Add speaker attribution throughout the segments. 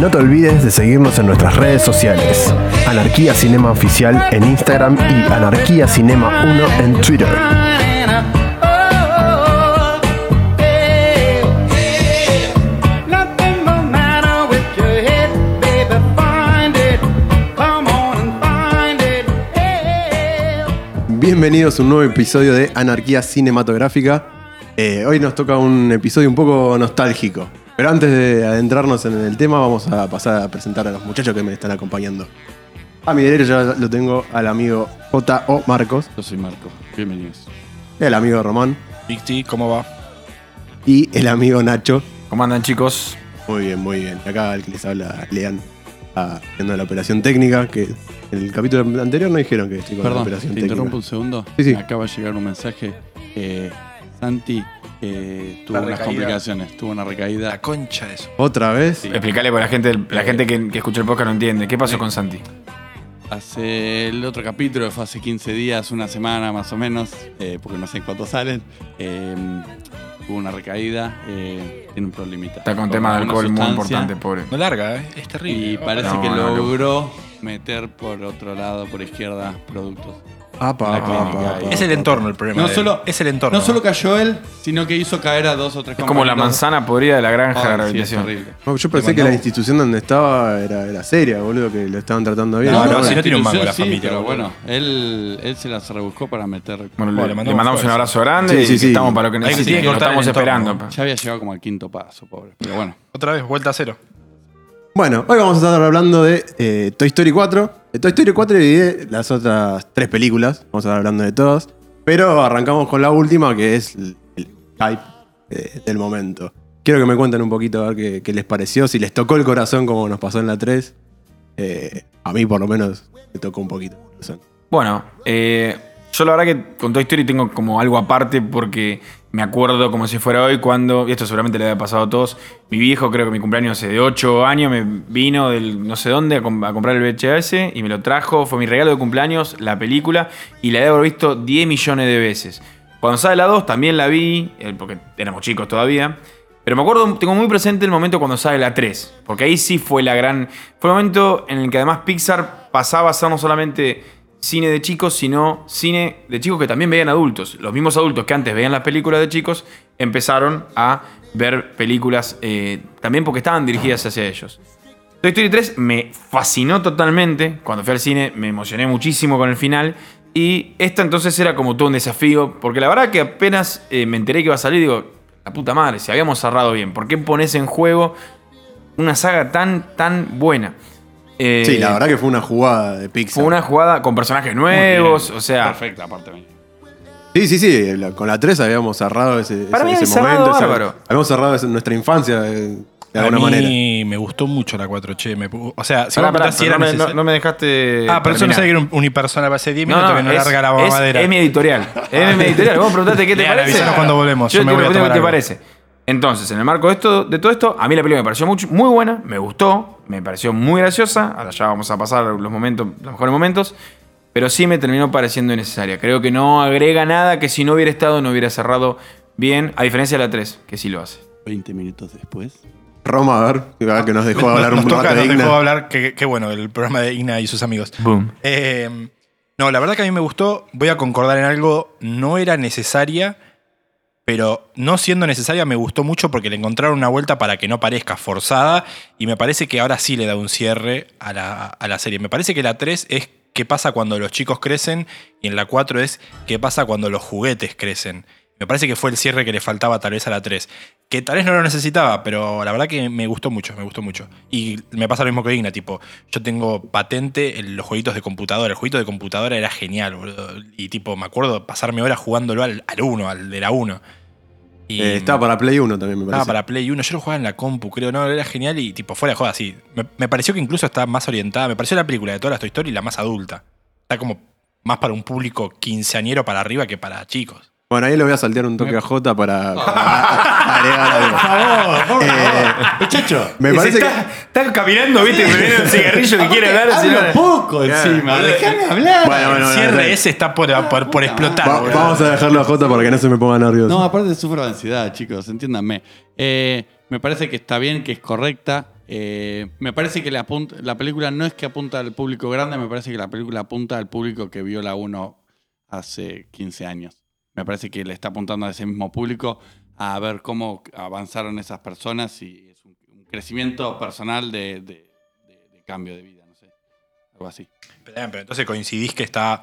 Speaker 1: no te olvides de seguirnos en nuestras redes sociales. Anarquía Cinema Oficial en Instagram y Anarquía Cinema 1 en Twitter.
Speaker 2: Bienvenidos a un nuevo episodio de Anarquía Cinematográfica. Eh, hoy nos toca un episodio un poco nostálgico. Pero antes de adentrarnos en el tema, vamos a pasar a presentar a los muchachos que me están acompañando. A mi derecha ya lo tengo al amigo J.O. Marcos,
Speaker 3: Yo soy Marco, bienvenidos.
Speaker 2: el amigo Román
Speaker 4: Victi, ¿cómo va?
Speaker 2: y el amigo Nacho.
Speaker 5: ¿Cómo andan chicos?
Speaker 2: Muy bien, muy bien. Y Acá el que les habla, Lean, está haciendo la operación técnica, que en el capítulo anterior no dijeron que estoy con la
Speaker 3: Perdón, te
Speaker 2: operación técnica.
Speaker 3: interrumpo un segundo.
Speaker 2: Sí, sí.
Speaker 3: Me acaba de llegar un mensaje. Eh, Santi eh, tuvo
Speaker 4: La
Speaker 3: unas
Speaker 4: recaída.
Speaker 3: complicaciones, tuvo una recaída.
Speaker 4: La concha de eso.
Speaker 2: ¿Otra vez?
Speaker 5: Explicale para la gente, la gente que, que escucha el podcast no entiende. ¿Qué pasó con Santi?
Speaker 3: Hace el otro capítulo, fue hace 15 días, una semana más o menos, eh, porque no sé cuánto salen. Eh, tuvo una recaída, eh, tiene un problemita.
Speaker 5: Está con temas de
Speaker 3: una
Speaker 5: alcohol muy
Speaker 3: sustancia,
Speaker 5: importante, pobre.
Speaker 4: No larga, ¿eh? Es terrible.
Speaker 3: Y parece
Speaker 5: No,
Speaker 3: que
Speaker 5: no,
Speaker 3: logró meter por otro lado, por izquierda, productos.
Speaker 2: Apa,
Speaker 3: La
Speaker 2: apa,
Speaker 3: clínica
Speaker 2: apa,
Speaker 3: ahí.
Speaker 2: apa.
Speaker 4: Es el entorno el problema.
Speaker 3: No
Speaker 4: de él.
Speaker 3: solo-
Speaker 4: es el entorno.
Speaker 3: No solo cayó él, sino que hizo caer a dos o tres
Speaker 5: Es como la
Speaker 3: compañeros.
Speaker 5: manzana podrida de la granja de
Speaker 3: Ay, sí, es
Speaker 5: rehabilitación.
Speaker 3: horrible.
Speaker 2: No, yo pensé que la institución donde estaba era, era seria, boludo, que lo estaban tratando bien.
Speaker 4: No, no,
Speaker 2: Ahora-
Speaker 4: si no tiene un mango la
Speaker 3: sí,
Speaker 4: familia,
Speaker 3: Pero
Speaker 4: boludo.
Speaker 3: bueno, él, él se las rebuscó para meter.
Speaker 5: bueno, le,
Speaker 4: Bueno,
Speaker 5: le
Speaker 4: le
Speaker 5: mandamos,
Speaker 4: mandamos
Speaker 5: un
Speaker 4: fuerza.
Speaker 5: abrazo grande
Speaker 2: Sí,
Speaker 5: y
Speaker 2: sí,
Speaker 5: que
Speaker 2: sí.
Speaker 5: estamos para lo que
Speaker 4: Ahí se
Speaker 5: necesiten.
Speaker 4: tiene que
Speaker 5: lo
Speaker 4: cortar el
Speaker 5: estamos
Speaker 4: entorno.
Speaker 5: esperando. pa.
Speaker 3: Ya había llegado como al quinto paso, pobre. Pero bueno,
Speaker 4: Otra vez, vuelta a cero.
Speaker 2: Bueno, hoy vamos a estar hablando de eh, Toy Story 4. De Toy Story 4 y de las otras tres películas. Vamos a estar hablando de todas. Pero arrancamos con la última, que es el, el hype eh, del momento. Quiero que me cuenten un poquito a ver qué, qué les pareció, si les tocó el corazón como nos pasó en la 3. Eh, a mí por lo menos me tocó un poquito el corazón.
Speaker 5: Bueno, eh, yo la verdad que con Toy Story tengo como algo aparte porque me acuerdo como si fuera hoy cuando, y esto seguramente le había pasado a todos, mi viejo creo que mi cumpleaños hace de 8 años me vino del no sé dónde a, com- a comprar el VHS y me lo trajo, fue mi regalo de cumpleaños, la película, y la he de haber visto 10 millones de veces. Cuando sale la 2 también la vi, eh, porque éramos chicos todavía. Pero me acuerdo, tengo muy presente el momento cuando sale la 3, porque ahí sí fue la gran... Fue el momento en el que además Pixar pasaba a ser no solamente cine de chicos, sino cine de chicos que también veían adultos. Los mismos adultos que antes veían las películas de chicos empezaron a ver películas eh, también porque estaban dirigidas hacia ellos. Toy Story 3 me fascinó totalmente. Cuando fui al cine me emocioné muchísimo con el final. Y esta entonces era como todo un desafío. Porque la verdad que apenas eh, me enteré que iba a salir, digo, la puta madre, si habíamos cerrado bien, ¿por qué pones en juego una saga tan, tan buena? Eh,
Speaker 2: sí, la verdad que fue una jugada de Pixar.
Speaker 5: fue una jugada con personajes nuevos, o sea.
Speaker 3: perfecto, aparte. mío.
Speaker 2: Sí, sí, sí. la- Con la 3 habíamos cerrado ese,
Speaker 5: Para
Speaker 2: ese-
Speaker 5: mí
Speaker 2: ese
Speaker 5: había cerrado
Speaker 2: momento. ese-
Speaker 5: bárbaro.
Speaker 2: habíamos cerrado ese- nuestra infancia eh, de
Speaker 4: a
Speaker 2: alguna
Speaker 4: mí
Speaker 2: manera.
Speaker 4: me gustó mucho la 4, che. me pu- o sea, si
Speaker 5: Pará,
Speaker 4: vos me
Speaker 5: pará,
Speaker 4: preguntás si
Speaker 5: pero no,
Speaker 4: era
Speaker 5: me, no-
Speaker 4: necesario-
Speaker 5: no me dejaste.
Speaker 4: Ah, pero eso no
Speaker 5: terminar.
Speaker 4: sabía que era un unipersonal hace 10 minutos que no
Speaker 5: es-
Speaker 4: larga la
Speaker 5: es-
Speaker 4: bombadera.
Speaker 5: Es mi editorial. Es mi editorial. Vos preguntaste qué te
Speaker 4: Lean,
Speaker 5: parece.
Speaker 4: avisanos cuando volvemos,
Speaker 5: Yo,
Speaker 4: yo me
Speaker 5: te
Speaker 4: voy a
Speaker 5: pregunté
Speaker 4: tomar
Speaker 5: qué te
Speaker 4: algo.
Speaker 5: parece. Entonces, en el marco de, esto, de todo esto, a mí la película me pareció mucho- muy buena, me gustó, me pareció muy graciosa. Ahora ya vamos a pasar los momentos, los mejores momentos. Pero sí me terminó pareciendo innecesaria. Creo que no agrega nada que si no hubiera estado no hubiera cerrado bien. A diferencia de la 3, que sí lo hace.
Speaker 3: 20 minutos después.
Speaker 2: Roma, a ver, que- a ver, que nos dejó hablar
Speaker 4: nos
Speaker 2: un
Speaker 4: toca,
Speaker 2: rato Eh, de
Speaker 4: nos dejó
Speaker 2: Igna.
Speaker 4: hablar, que, que bueno, el programa de Igna y sus amigos.
Speaker 5: Boom.
Speaker 4: Eh, no, la verdad que a mí me gustó. Voy a concordar en algo. No era necesaria, pero no siendo necesaria me gustó mucho porque le encontraron una vuelta para que no parezca forzada. Y me parece que ahora sí le da un cierre a la, a la serie. Me parece que la 3 es qué pasa cuando los chicos crecen y en la 4 es qué pasa cuando los juguetes crecen. Me parece que fue el cierre que le faltaba tal vez a la 3. Que tal vez no lo necesitaba, pero la verdad que me gustó mucho, me gustó mucho. Y me pasa lo mismo que Igna, tipo, yo tengo patente en los jueguitos de computadora. El jueguito de computadora era genial, boludo. Y tipo, me acuerdo pasarme horas jugándolo al, al 1, al de la 1. Y
Speaker 2: Eh, estaba para Play 1 también, me parece.
Speaker 4: estaba Ah, para Play 1, yo lo jugaba en la compu, creo, no, era genial y tipo, fuera de joda, sí. Me, me pareció que incluso está más orientada, me pareció la película de todas las Toy Story la más adulta. Está como más para un público quinceañero para arriba que para chicos.
Speaker 2: Bueno, ahí le voy a saltear un toque a J para, para agregar algo. Eh,
Speaker 6: Muchacho,
Speaker 2: me parece que.
Speaker 5: está, está caminando, viste, me viene el cigarrillo
Speaker 4: Ah,
Speaker 5: que quiere hablar. si no-
Speaker 6: hablo poco encima. Déjame hablar.
Speaker 2: Bueno, bueno, bueno,
Speaker 4: el cierre
Speaker 2: dale.
Speaker 4: ese está por, por, por explotar,
Speaker 2: Va-
Speaker 4: boludo.
Speaker 2: vamos a dejarlo a J para que no se me ponga nervioso.
Speaker 3: No, aparte sufro de ansiedad, chicos, entiéndanme. Eh, me parece que está bien, que es correcta. Eh, me parece que la, apunt- la película no es que apunta al público grande, me parece que la película apunta al público que vio la 1 hace 15 años. Me parece que le está apuntando a ese mismo público a ver cómo avanzaron esas personas y es un, un crecimiento personal de, de- de- de cambio de vida, no sé. Algo así.
Speaker 4: Pero, pero entonces coincidís que está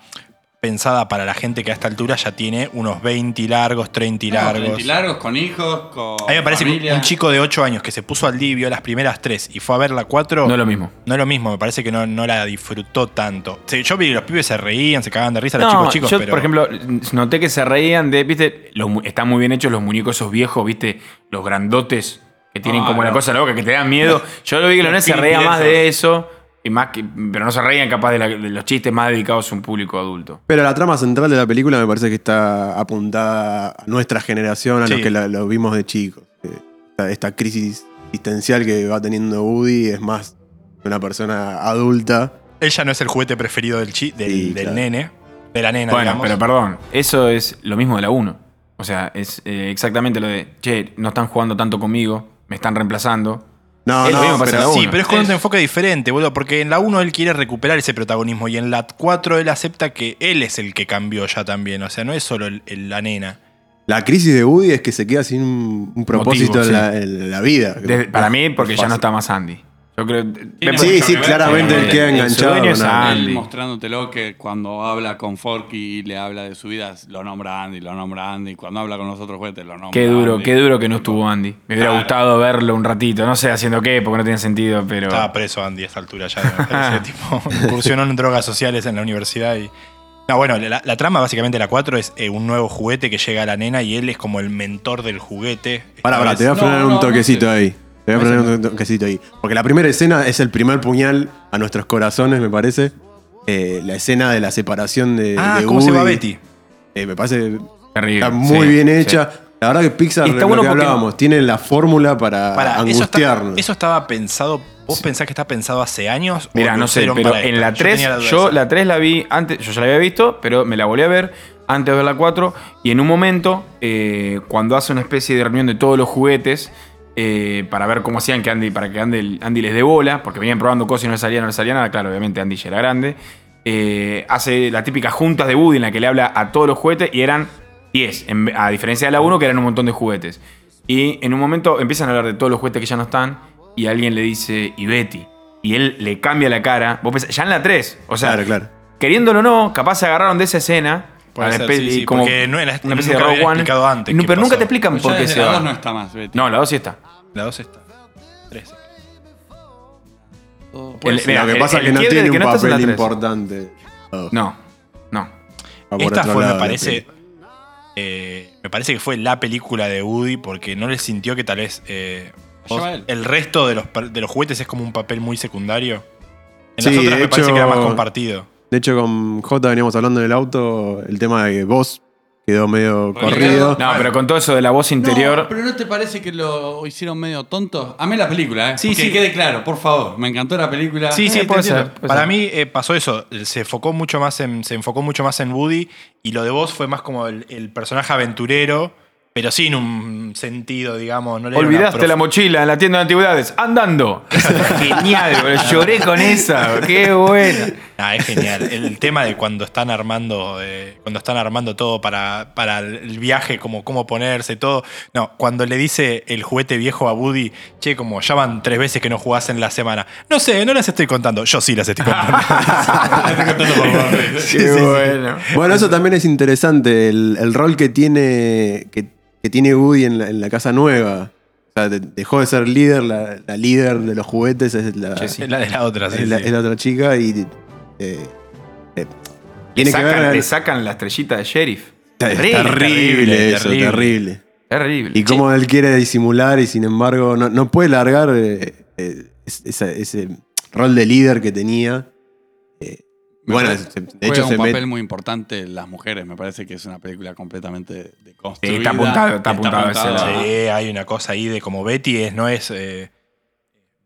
Speaker 4: pensada para la gente que a esta altura ya tiene unos 20 largos, 30 largos.
Speaker 3: Con largos, con hijos, con.
Speaker 4: A mí me parece que
Speaker 3: familia.
Speaker 4: un chico de 8 años que se puso al divio las primeras 3 y fue a ver la 4.
Speaker 5: No es lo mismo.
Speaker 4: No es lo mismo, me parece que no, no la disfrutó tanto. Sí, yo vi que los pibes se reían, se cagaban de risa, los
Speaker 5: No,
Speaker 4: chicos chicos,
Speaker 5: yo,
Speaker 4: pero.
Speaker 5: por ejemplo, noté que se reían de, viste, los, mu- están muy bien hechos los muñecos esos viejos, viste, los grandotes que tienen
Speaker 3: Ah,
Speaker 5: como la
Speaker 3: no.
Speaker 5: cosa en la boca que te dan miedo. Yo lo vi que la nena se
Speaker 4: creepy
Speaker 5: reía más de
Speaker 4: esos.
Speaker 5: eso, y más que, pero no se reían capaz de, la- de los chistes más dedicados a un público adulto.
Speaker 2: Pero la trama central de la película me parece que está apuntada a nuestra generación, a
Speaker 4: Sí.
Speaker 2: los que la- lo vimos de chicos. Eh, Esta, esta crisis existencial que va teniendo Woody es más una persona adulta.
Speaker 4: Ella no es el juguete preferido del, chi- del,
Speaker 2: Sí,
Speaker 4: del
Speaker 2: claro.
Speaker 4: nene, de la nena,
Speaker 5: bueno,
Speaker 4: digamos.
Speaker 5: pero perdón, eso es lo mismo de la 1. O sea, es eh, exactamente lo de, che, no están jugando tanto conmigo, me están reemplazando.
Speaker 2: No,
Speaker 5: Es lo
Speaker 2: no,
Speaker 5: mismo pasa en
Speaker 2: pero
Speaker 5: la
Speaker 4: Sí,
Speaker 5: uno.
Speaker 4: pero es con un enfoque diferente, boludo, porque en la 1 él quiere recuperar ese protagonismo y en la 4 él acepta que él es el que cambió ya también, o sea, no es solo el- el- la nena.
Speaker 2: la crisis de Woody es que se queda sin un, un propósito
Speaker 5: Motivo,
Speaker 2: en, la, en la vida.
Speaker 5: Desde- para mí, porque ya no está más Andy. Yo creo. me
Speaker 2: sí,
Speaker 5: parece-
Speaker 2: sí, claramente
Speaker 5: el-
Speaker 2: él queda
Speaker 5: el
Speaker 2: enganchado
Speaker 5: sueño es
Speaker 2: con
Speaker 5: a
Speaker 3: Él
Speaker 5: Andy.
Speaker 3: mostrándotelo que cuando habla con Forky y le habla de su vida, lo nombra Andy, lo nombra Andy. Cuando habla con los otros juguetes, lo nombra
Speaker 5: Qué duro,
Speaker 3: Andy.
Speaker 5: qué duro que no estuvo Andy. Me hubiera
Speaker 3: Claro.
Speaker 5: gustado verlo un ratito. No sé haciendo qué, porque no tiene sentido, pero.
Speaker 4: Estaba preso Andy a esta altura ya. me parece, tipo, incursionó en drogas sociales en la universidad y. No, bueno, la, la trama básicamente de la 4 es eh, un nuevo juguete que llega a la nena y él es como el mentor del juguete. Ah,
Speaker 2: Pará, pará, te voy a
Speaker 3: No,
Speaker 2: frenar
Speaker 3: no,
Speaker 2: un
Speaker 3: no
Speaker 2: toquecito
Speaker 3: sé.
Speaker 2: ahí. Te voy a frenar un toquecito ahí. Porque la primera escena es el primer puñal a nuestros corazones, me parece. Eh, la escena de la separación de.
Speaker 4: Ah,
Speaker 2: de
Speaker 4: ¿cómo se va
Speaker 2: Woody,
Speaker 4: Betty?
Speaker 2: eh, me parece.
Speaker 5: Terrible,
Speaker 2: Está muy
Speaker 5: sí,
Speaker 2: bien
Speaker 5: sí.
Speaker 2: hecha. La verdad que Pixar,
Speaker 5: Y está
Speaker 2: lo
Speaker 5: bueno
Speaker 2: que
Speaker 5: porque-
Speaker 2: hablábamos, tiene la fórmula para,
Speaker 4: Pará, eso, está-
Speaker 2: angustiarnos.
Speaker 4: eso estaba pensado. ¿Vos pensás que está pensado hace años? o
Speaker 5: Mira,
Speaker 4: lo
Speaker 5: no sé,
Speaker 4: hicieron
Speaker 5: pero
Speaker 4: para esto?
Speaker 5: en la 3,
Speaker 4: tenía
Speaker 5: yo,
Speaker 4: duda esa.
Speaker 5: la 3 la vi antes, yo ya la había visto, pero me la volví a ver antes de ver la 4. Y en un momento, eh, cuando hace una especie de reunión de todos los juguetes, eh, para ver cómo hacían que Andy, para que Andy, Andy les dé bola, porque venían probando cosas y no les salía, no les salía nada. Claro, obviamente Andy ya era grande. eh, hace la típica juntas de Woody en la que le habla a todos los juguetes y eran 10, en- a diferencia de la 1 que eran un montón de juguetes. Y en un momento empiezan a hablar de todos los juguetes que ya no están y alguien le dice, y Betty. Y él le cambia la cara. Vos pensás, ya en la 3. O sea,
Speaker 2: Claro, claro.
Speaker 5: queriéndolo o no, capaz se agarraron de esa escena.
Speaker 4: Puede
Speaker 5: a la
Speaker 4: ser,
Speaker 5: espe-
Speaker 4: sí, sí,
Speaker 5: y como
Speaker 4: porque no era-
Speaker 5: una especie de
Speaker 4: nunca lo
Speaker 5: Rogue
Speaker 4: habían
Speaker 5: One.
Speaker 4: explicado antes
Speaker 5: No,
Speaker 4: qué
Speaker 5: pero nunca
Speaker 4: pasó.
Speaker 5: te explican
Speaker 3: Ya
Speaker 5: por qué
Speaker 3: desde
Speaker 5: se
Speaker 3: la
Speaker 5: va.
Speaker 3: dos no está más, Betty.
Speaker 5: No, la 2 sí está.
Speaker 2: Ah,
Speaker 4: La 2 está. 3.
Speaker 3: Todo-
Speaker 5: El-
Speaker 2: Sí,
Speaker 5: mira,
Speaker 2: lo que
Speaker 5: el-
Speaker 2: pasa
Speaker 5: el
Speaker 2: es que no
Speaker 5: quiebre
Speaker 2: tiene
Speaker 5: de
Speaker 2: un
Speaker 5: que no estás en la
Speaker 2: papel
Speaker 5: tres.
Speaker 2: importante.
Speaker 5: No, no.
Speaker 2: Va Ah, por
Speaker 4: Esta
Speaker 2: otro
Speaker 4: fue, me
Speaker 2: lado,
Speaker 4: parece.
Speaker 2: la
Speaker 4: eh, me parece que fue la película de Woody porque no le sintió que tal vez. eh,
Speaker 3: Lleva
Speaker 4: vos-
Speaker 3: él.
Speaker 4: el resto de los, per- de los juguetes es como un papel muy secundario. En las
Speaker 2: Sí,
Speaker 4: otras me
Speaker 2: de
Speaker 4: parece que era más
Speaker 2: hecho-
Speaker 4: compartido.
Speaker 2: De hecho, con J veníamos hablando en el auto el tema de que vos quedó medio
Speaker 3: Relegado.
Speaker 2: corrido.
Speaker 5: No, pero con todo eso de la voz
Speaker 3: No,
Speaker 5: interior.
Speaker 3: pero ¿no te parece que lo hicieron medio tonto? Amé la película, ¿eh?
Speaker 4: Sí,
Speaker 3: Sí, que
Speaker 4: sí.
Speaker 3: quede claro, por favor. Me encantó la película.
Speaker 4: Sí, sí,
Speaker 5: Eh,
Speaker 4: te
Speaker 5: puede
Speaker 4: entiendo.
Speaker 5: ser, puede
Speaker 4: Para
Speaker 5: ser.
Speaker 4: mí eh, pasó eso. Se enfocó mucho más en, se enfocó mucho más en Woody y lo de vos fue más como el, el personaje aventurero, pero sin un sentido, digamos. No le dieron una
Speaker 5: Olvidaste
Speaker 4: prof-
Speaker 5: la mochila en la tienda de antigüedades. Andando. Genial, boludo. Lloré con esa. boludo. Qué bueno.
Speaker 4: Ah, es genial. El tema de cuando están armando, eh, cuando están armando todo para, para el viaje, como cómo ponerse, todo. No, cuando le dice el juguete viejo a Woody, che, como ya van tres veces que no jugás en la semana. No sé, no las estoy contando. Yo sí las estoy contando.
Speaker 5: Qué bueno.
Speaker 2: Bueno, eso también es interesante, el, el rol que tiene, que, que tiene Woody en la, en la casa nueva. O sea, de- dejó de ser líder, la, la líder de los juguetes es la,
Speaker 5: Jessie.
Speaker 4: Ah, la de la otra, sí,
Speaker 2: es la-
Speaker 4: sí.
Speaker 2: es la otra chica y... eh, eh,
Speaker 5: Le
Speaker 2: tiene que ver...
Speaker 5: sacan,
Speaker 2: con-
Speaker 5: le sacan la estrellita de sheriff.
Speaker 2: terrible,
Speaker 4: terrible,
Speaker 2: eso,
Speaker 4: terrible.
Speaker 2: terrible.
Speaker 5: Terrible.
Speaker 2: Y cómo él quiere disimular y sin embargo no, no puede largar eh, eh, es- esa- ese rol de líder que tenía. Eh,
Speaker 3: Me
Speaker 2: bueno,
Speaker 3: parece-
Speaker 2: se- de
Speaker 3: Juega
Speaker 2: hecho
Speaker 3: un
Speaker 2: se
Speaker 3: papel
Speaker 2: mete...
Speaker 3: muy importante las mujeres. Me parece que es una película completamente
Speaker 5: Sí,
Speaker 3: deconstruida.
Speaker 5: está apuntado, está apuntado a ese
Speaker 3: apuntado.
Speaker 5: lado.
Speaker 4: Sí, hay una cosa ahí de como Betty es, no es. eh,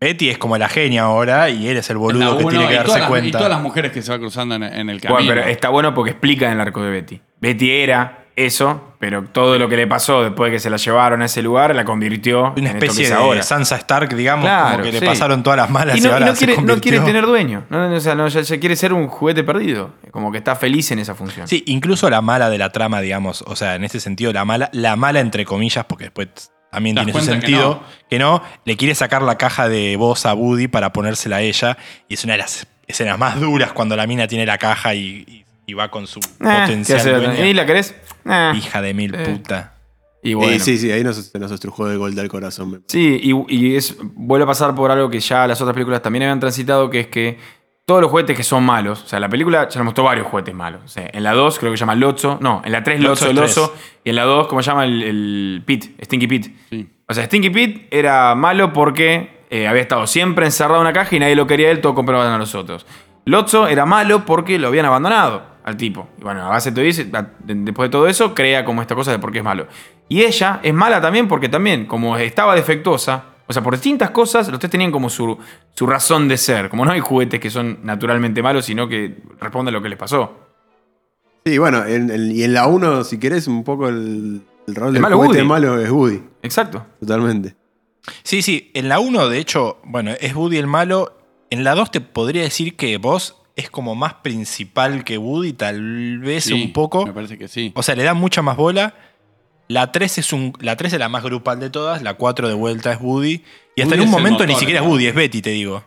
Speaker 4: Betty es como la genia ahora y él es el
Speaker 3: En la
Speaker 4: boludo que
Speaker 3: uno,
Speaker 4: tiene que
Speaker 3: y todas
Speaker 4: darse
Speaker 3: las- Y
Speaker 4: cuenta.
Speaker 3: todas las mujeres que se va cruzando en, en el camino.
Speaker 5: Bueno, pero está bueno porque explica en el arco de Betty. Betty era eso, pero todo lo que le pasó después de que se la llevaron a ese lugar la convirtió
Speaker 4: Una
Speaker 5: en esto que
Speaker 4: especie
Speaker 5: es
Speaker 4: de
Speaker 5: ahora.
Speaker 4: Sansa Stark, digamos,
Speaker 5: Claro,
Speaker 4: como que
Speaker 5: sí.
Speaker 4: le pasaron todas las malas
Speaker 5: Y
Speaker 4: y,
Speaker 5: no, y
Speaker 4: ahora
Speaker 5: no
Speaker 4: se
Speaker 5: quiere, no quiere
Speaker 4: convirtió.
Speaker 5: tener dueño. No, no, o sea, no, ya, ya quiere ser un juguete perdido. Como que está feliz en esa función. Eh,
Speaker 4: Sí, incluso la mala de la trama, digamos, o sea, en ese sentido, la mala, la mala entre comillas, porque después también
Speaker 3: Te das
Speaker 4: tiene su
Speaker 3: cuenta que
Speaker 4: sentido, que no. le quiere sacar la caja de voz a Woody para ponérsela a ella, y es una de las escenas más duras cuando la mina tiene la caja y, y- y va con su
Speaker 5: Eh, ¿qué
Speaker 4: potencial
Speaker 5: hace?
Speaker 4: dueña.
Speaker 5: ¿Y la querés? Eh.
Speaker 4: Hija de mil
Speaker 5: Eh.
Speaker 4: puta.
Speaker 5: Y bueno.
Speaker 2: Eh, sí, sí, ahí nos, se nos estrujó de gol del corazón. me-
Speaker 5: Sí, y, y es, vuelve a pasar por algo que ya las otras películas también habían transitado, que es que todos los juguetes que son malos, o sea, la película ya nos mostró varios juguetes malos. O sea, en la 2 creo que se llama Lotso, no, en la 3 Lotso,
Speaker 4: Lotso es
Speaker 5: el oso, y en la 2, ¿cómo se llama? El, el Pit, Stinky Pit.
Speaker 3: Sí.
Speaker 5: O sea, Stinky Pit era malo porque eh, había estado siempre encerrado en una caja y nadie lo quería él, todo compraban a los otros. Lotso era malo porque lo habían abandonado al tipo. Y bueno, a base de todo eso, a- de- después de todo eso, crea como esta cosa de por qué es malo. Y ella es mala también porque también, como estaba defectuosa, o sea, por distintas cosas, los tres tenían como su, su razón de ser. Como no hay juguetes que son naturalmente malos, sino que responden a lo que les pasó.
Speaker 2: Sí, bueno, en- en- y en la 1, si querés, un poco el, el rol del
Speaker 5: malo
Speaker 2: juguete
Speaker 5: Woody.
Speaker 2: malo es Woody.
Speaker 5: Exacto.
Speaker 2: Totalmente.
Speaker 4: Sí, sí, en la 1, de hecho, bueno, es Woody el malo. En la 2 te podría decir que vos es como más principal que Woody, tal vez
Speaker 3: Sí,
Speaker 4: un poco.
Speaker 3: Me parece que sí.
Speaker 4: O sea, le da mucha más bola. La 3 es un la 3 es la más grupal de todas, la 4 de vuelta es Woody. Y
Speaker 3: Woody
Speaker 4: hasta en un
Speaker 3: es el
Speaker 4: momento ni
Speaker 3: motor,
Speaker 4: siquiera es
Speaker 3: ¿no?
Speaker 4: Woody, es Betty, te digo.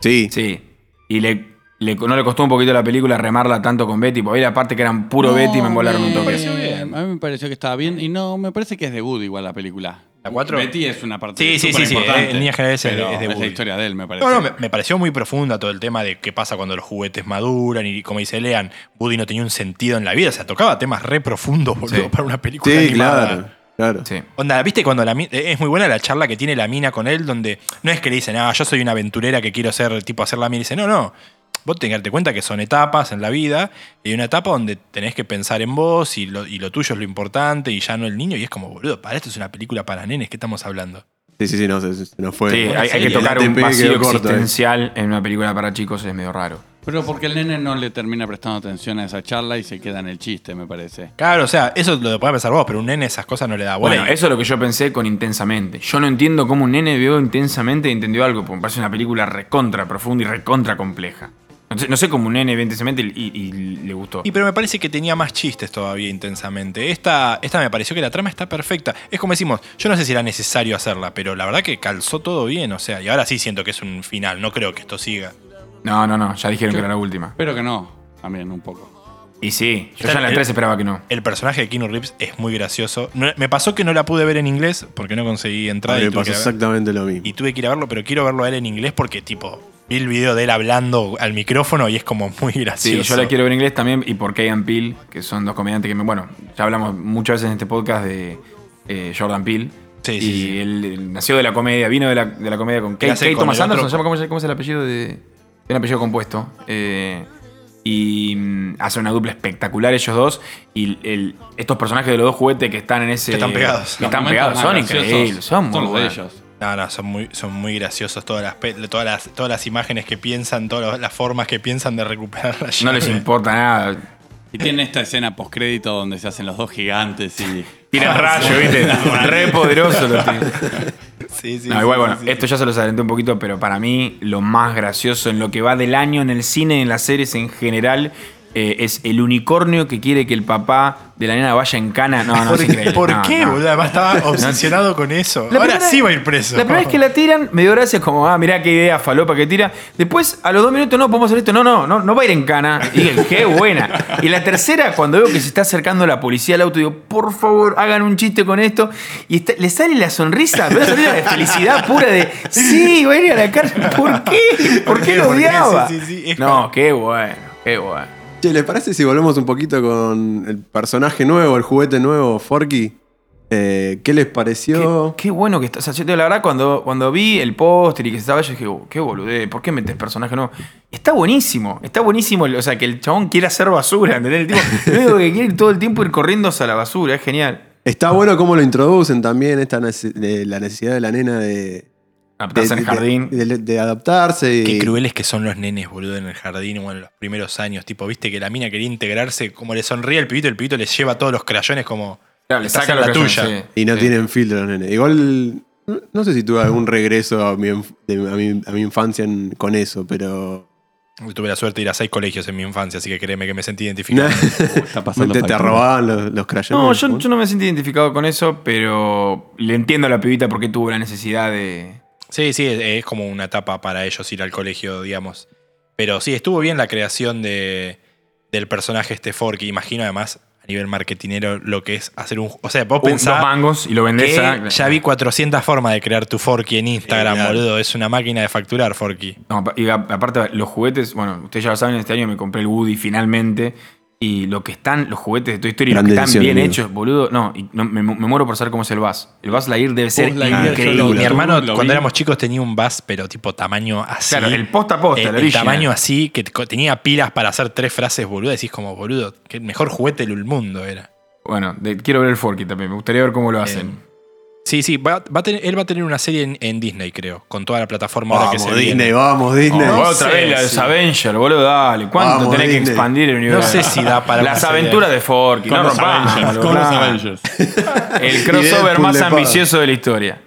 Speaker 2: Sí.
Speaker 5: Sí. Y le, le- no le costó un poquito a la película remarla tanto con Betty, porque ahí la parte que eran puro
Speaker 3: No,
Speaker 5: Betty me volaron un toque.
Speaker 3: bien. A mí me pareció que estaba bien. Y no, me parece que es de Woody igual la película.
Speaker 4: ¿La cuatro?
Speaker 3: Betty es una parte
Speaker 4: Sí, sí, sí, sí,
Speaker 3: superimportante,
Speaker 4: eh, en líneas generales es de-
Speaker 3: pero
Speaker 4: es de
Speaker 3: la
Speaker 4: Woody.
Speaker 3: historia de él, me parece.
Speaker 4: No, no, me, me pareció muy profunda todo el tema de qué pasa cuando los juguetes maduran y como dice Lean, Woody no tenía un sentido en la vida, o sea, tocaba temas re profundos, boludo,
Speaker 5: Sí.
Speaker 4: para una película
Speaker 2: Sí,
Speaker 4: animada.
Speaker 2: claro. Claro.
Speaker 5: Sí.
Speaker 4: Onda, viste cuando la mi- eh, es muy buena la charla que tiene la mina con él, donde no es que le dicen, ah, yo soy una aventurera que quiero ser tipo hacer la mina. Y dice, no, no. Vos tenés que darte cuenta que son etapas en la vida. Y hay una etapa donde tenés que pensar en vos y lo, y lo tuyo es lo importante y ya no el niño. Y es como, boludo, para esto es una película para nenes, ¿qué estamos hablando?
Speaker 2: Sí, sí, sí, no, se, se nos fue.
Speaker 5: Sí, hay, hay que
Speaker 2: El
Speaker 5: tocar un
Speaker 2: ATP quedó
Speaker 5: vacío
Speaker 2: corto, eh.
Speaker 5: existencial en una película para chicos, es medio raro.
Speaker 3: Pero porque el nene no le termina prestando atención a esa charla y se queda en el chiste, me parece.
Speaker 4: Claro, o sea, eso lo podés pensar vos, pero un nene esas cosas no le da bola.
Speaker 5: Bueno,
Speaker 4: Y-
Speaker 5: eso es lo que yo pensé con intensamente. Yo no entiendo cómo un nene vio intensamente y entendió algo, porque me parece una película recontra profunda y recontra compleja. No sé, no sé cómo un nene vio intensamente y, y- y le gustó.
Speaker 4: Y pero me parece que tenía más chistes todavía intensamente. Esta, esta me pareció que la trama está perfecta. Es como decimos, yo no sé si era necesario hacerla, pero la verdad que calzó todo bien, o sea, y ahora sí siento que es un final, no creo que esto siga.
Speaker 5: No, no, no, ya dijeron que era la última.
Speaker 3: Pero que no, también un poco.
Speaker 5: Y sí, yo
Speaker 4: Está-
Speaker 5: ya en la 3 esperaba que no.
Speaker 4: El personaje de Keanu Reeves es muy gracioso. No- me pasó que no la pude ver en inglés porque no conseguí
Speaker 2: A
Speaker 4: entrar
Speaker 2: mí
Speaker 4: y
Speaker 2: me
Speaker 4: tuve,
Speaker 2: pasó
Speaker 4: que ir a ver-
Speaker 2: exactamente lo mismo.
Speaker 4: y tuve que ir a verlo, pero quiero verlo a él en inglés porque tipo, vi el video de él hablando al micrófono y es como muy
Speaker 5: Sí,
Speaker 4: gracioso.
Speaker 5: yo la quiero ver en inglés también y por Kegan Peele, que son dos comediantes que me. Bueno, ya hablamos muchas veces en este podcast de eh, Jordan Peele.
Speaker 4: Sí,
Speaker 5: y
Speaker 4: sí, sí.
Speaker 5: Él, él nació de la comedia, vino de la, de la comedia con Kate,
Speaker 4: hace
Speaker 5: Kate
Speaker 4: con
Speaker 5: Thomas
Speaker 4: el otro-
Speaker 5: Anderson. ¿se llama? ¿Cómo, se- cómo es el apellido de.? Tiene un apellido compuesto. Eh, y mm, hace una dupla espectacular ellos dos. Y el- estos personajes de los dos juguetes que están en ese.
Speaker 4: Que están pegados.
Speaker 5: que
Speaker 3: Los
Speaker 5: están
Speaker 3: momentos
Speaker 5: pegados.
Speaker 3: más
Speaker 5: Son
Speaker 3: graciosos
Speaker 5: increíbles. Son muy
Speaker 3: los de
Speaker 5: buenos.
Speaker 3: ellos.
Speaker 4: No, no, son muy, son muy graciosos todas las, pe- todas las, todas las imágenes que piensan, todas las formas que piensan de recuperar la
Speaker 5: No les
Speaker 4: llave.
Speaker 5: importa nada.
Speaker 3: Y tiene esta escena postcrédito donde se hacen los dos gigantes y. Ah,
Speaker 5: Tiran rayo, ¿viste? Re poderoso los tíos.
Speaker 4: Sí, sí,
Speaker 5: No,
Speaker 4: sí,
Speaker 5: igual,
Speaker 4: sí,
Speaker 5: bueno,
Speaker 4: sí,
Speaker 5: esto ya se los adelanté un poquito, pero para mí lo más gracioso en lo que va del año en el cine, en las series en general, eh, es el unicornio que quiere que el papá de la nena vaya en cana. No, no, es
Speaker 4: ¿Por,
Speaker 5: increíble.
Speaker 4: por
Speaker 5: No,
Speaker 4: qué,
Speaker 5: no.
Speaker 4: boludo? Además estaba obsesionado con eso.
Speaker 5: La
Speaker 4: Ahora
Speaker 5: primera-
Speaker 4: sí va a ir preso.
Speaker 5: La primera vez que la tiran, me dio gracias como, ah, mirá qué idea falopa que tira. Después, a los dos minutos, no, podemos hacer esto. No, no, no, no va a ir en cana. Y dije, qué buena. Y la tercera, cuando veo que se está acercando la policía al auto, digo, por favor, hagan un chiste con esto. Y está- le sale la sonrisa, pero sale la felicidad pura de, sí, va a ir a la cárcel. ¿Por qué? ¿Por qué lo
Speaker 4: ¿Por qué?
Speaker 5: odiaba?
Speaker 4: Sí, sí, sí, es
Speaker 5: No, qué bueno, qué bueno.
Speaker 2: Che, ¿les parece si volvemos un poquito con el personaje nuevo, el juguete nuevo, Forky? Eh, ¿Qué les pareció?
Speaker 5: Qué, qué bueno que está. O sea, yo te digo la verdad, cuando, cuando vi el póster y que estaba, yo dije, "Oh, qué boludez, ¿por qué metes personaje nuevo? Está buenísimo, está buenísimo. el- O sea, que el chabón quiere hacer basura, ¿entendés? El tipo, lo único que quiere todo el tiempo ir corriendo hacia la basura, es genial.
Speaker 2: Está bueno cómo lo introducen también, esta nece- de la necesidad de la nena de, de-
Speaker 5: Adaptarse Ah, en el jardín.
Speaker 2: De, de- de adaptarse. Y,
Speaker 4: Qué crueles que son los nenes, boludo, en el jardín o en los primeros años. Tipo, viste que la mina quería integrarse, como le sonríe el pibito, el pibito les lleva todos los crayones como.
Speaker 5: Claro, le
Speaker 4: "Estás
Speaker 5: saca
Speaker 4: en
Speaker 5: lo
Speaker 4: la
Speaker 5: que
Speaker 4: tuya.
Speaker 5: son, sí.
Speaker 2: y no
Speaker 5: Sí.
Speaker 2: tienen filtro los nenes. Igual, no- no sé si tuve algún regreso a mi, inf- de- a mi, a mi infancia en- con eso, pero...
Speaker 4: Yo Tuve la suerte de ir a seis colegios en mi infancia, así que créeme que me sentí
Speaker 2: No,
Speaker 4: identificado.
Speaker 2: te,
Speaker 3: pasando
Speaker 2: te
Speaker 3: factura.
Speaker 2: robaban los, los crayones.
Speaker 5: No, yo,
Speaker 2: ¿no?
Speaker 5: yo no me siento identificado con eso, pero le entiendo a la pibita por qué tuvo la necesidad de.
Speaker 4: Sí, sí, es, es como una etapa para ellos ir al colegio, digamos. Pero sí, estuvo bien la creación de, del personaje este Ford, que imagino además a nivel marketinero lo que es hacer un... O sea, vos
Speaker 5: Uh, dos
Speaker 4: pensás
Speaker 5: mangos y lo vendés a.
Speaker 4: que ya vi 400 formas de crear tu Forky en Instagram, boludo. Es una máquina de facturar Forky.
Speaker 5: No, pa- y a- aparte, los juguetes, bueno, ustedes ya lo saben, este año me compré el Woody finalmente. Y lo que están, los juguetes de Toy Story, lo
Speaker 2: Gran
Speaker 5: que están
Speaker 2: decisión,
Speaker 5: bien
Speaker 2: amigo.
Speaker 5: hechos, boludo. No, y no, me, me muero por saber cómo es el Buzz. El Buzz Lightyear debe ser
Speaker 3: Buzz Lightyear,
Speaker 5: increíble.
Speaker 3: yo lo-
Speaker 4: Mi hermano,
Speaker 3: lo vi.
Speaker 4: cuando éramos chicos, tenía un bus, pero tipo tamaño así.
Speaker 5: Claro, el posta a posta,
Speaker 4: Eh,
Speaker 5: el
Speaker 4: el,
Speaker 5: original.
Speaker 4: tamaño así, que co- tenía pilas para hacer tres frases, boludo. Decís como, boludo, que el mejor juguete del mundo era.
Speaker 5: Bueno, de- quiero ver el Forky también. Me gustaría ver
Speaker 2: Ah,
Speaker 5: cómo lo hacen.
Speaker 4: Em, Sí, sí, va, va a tener- él va a tener una serie en, en Disney, creo, con toda la plataforma ahora que
Speaker 2: Vamos,
Speaker 4: se
Speaker 2: Disney,
Speaker 4: viene.
Speaker 2: vamos, Disney.
Speaker 5: Oh,
Speaker 4: no
Speaker 5: otra
Speaker 4: sé
Speaker 5: vez la de
Speaker 4: si-
Speaker 5: Avenger, boludo, dale. ¿Cuánto
Speaker 2: Vamos,
Speaker 5: tenés que
Speaker 2: Disney.
Speaker 5: expandir el universo?
Speaker 4: sé si da para una
Speaker 5: Las
Speaker 4: serie.
Speaker 5: aventuras de Forky,
Speaker 6: Con
Speaker 5: no
Speaker 6: los
Speaker 5: rompamos,
Speaker 6: Avengers.
Speaker 5: boludo,
Speaker 6: Con los
Speaker 5: nah.
Speaker 6: Avengers.
Speaker 5: El
Speaker 2: Y
Speaker 5: crossover
Speaker 2: Deadpool
Speaker 5: más
Speaker 2: de pago.
Speaker 5: ambicioso de la historia.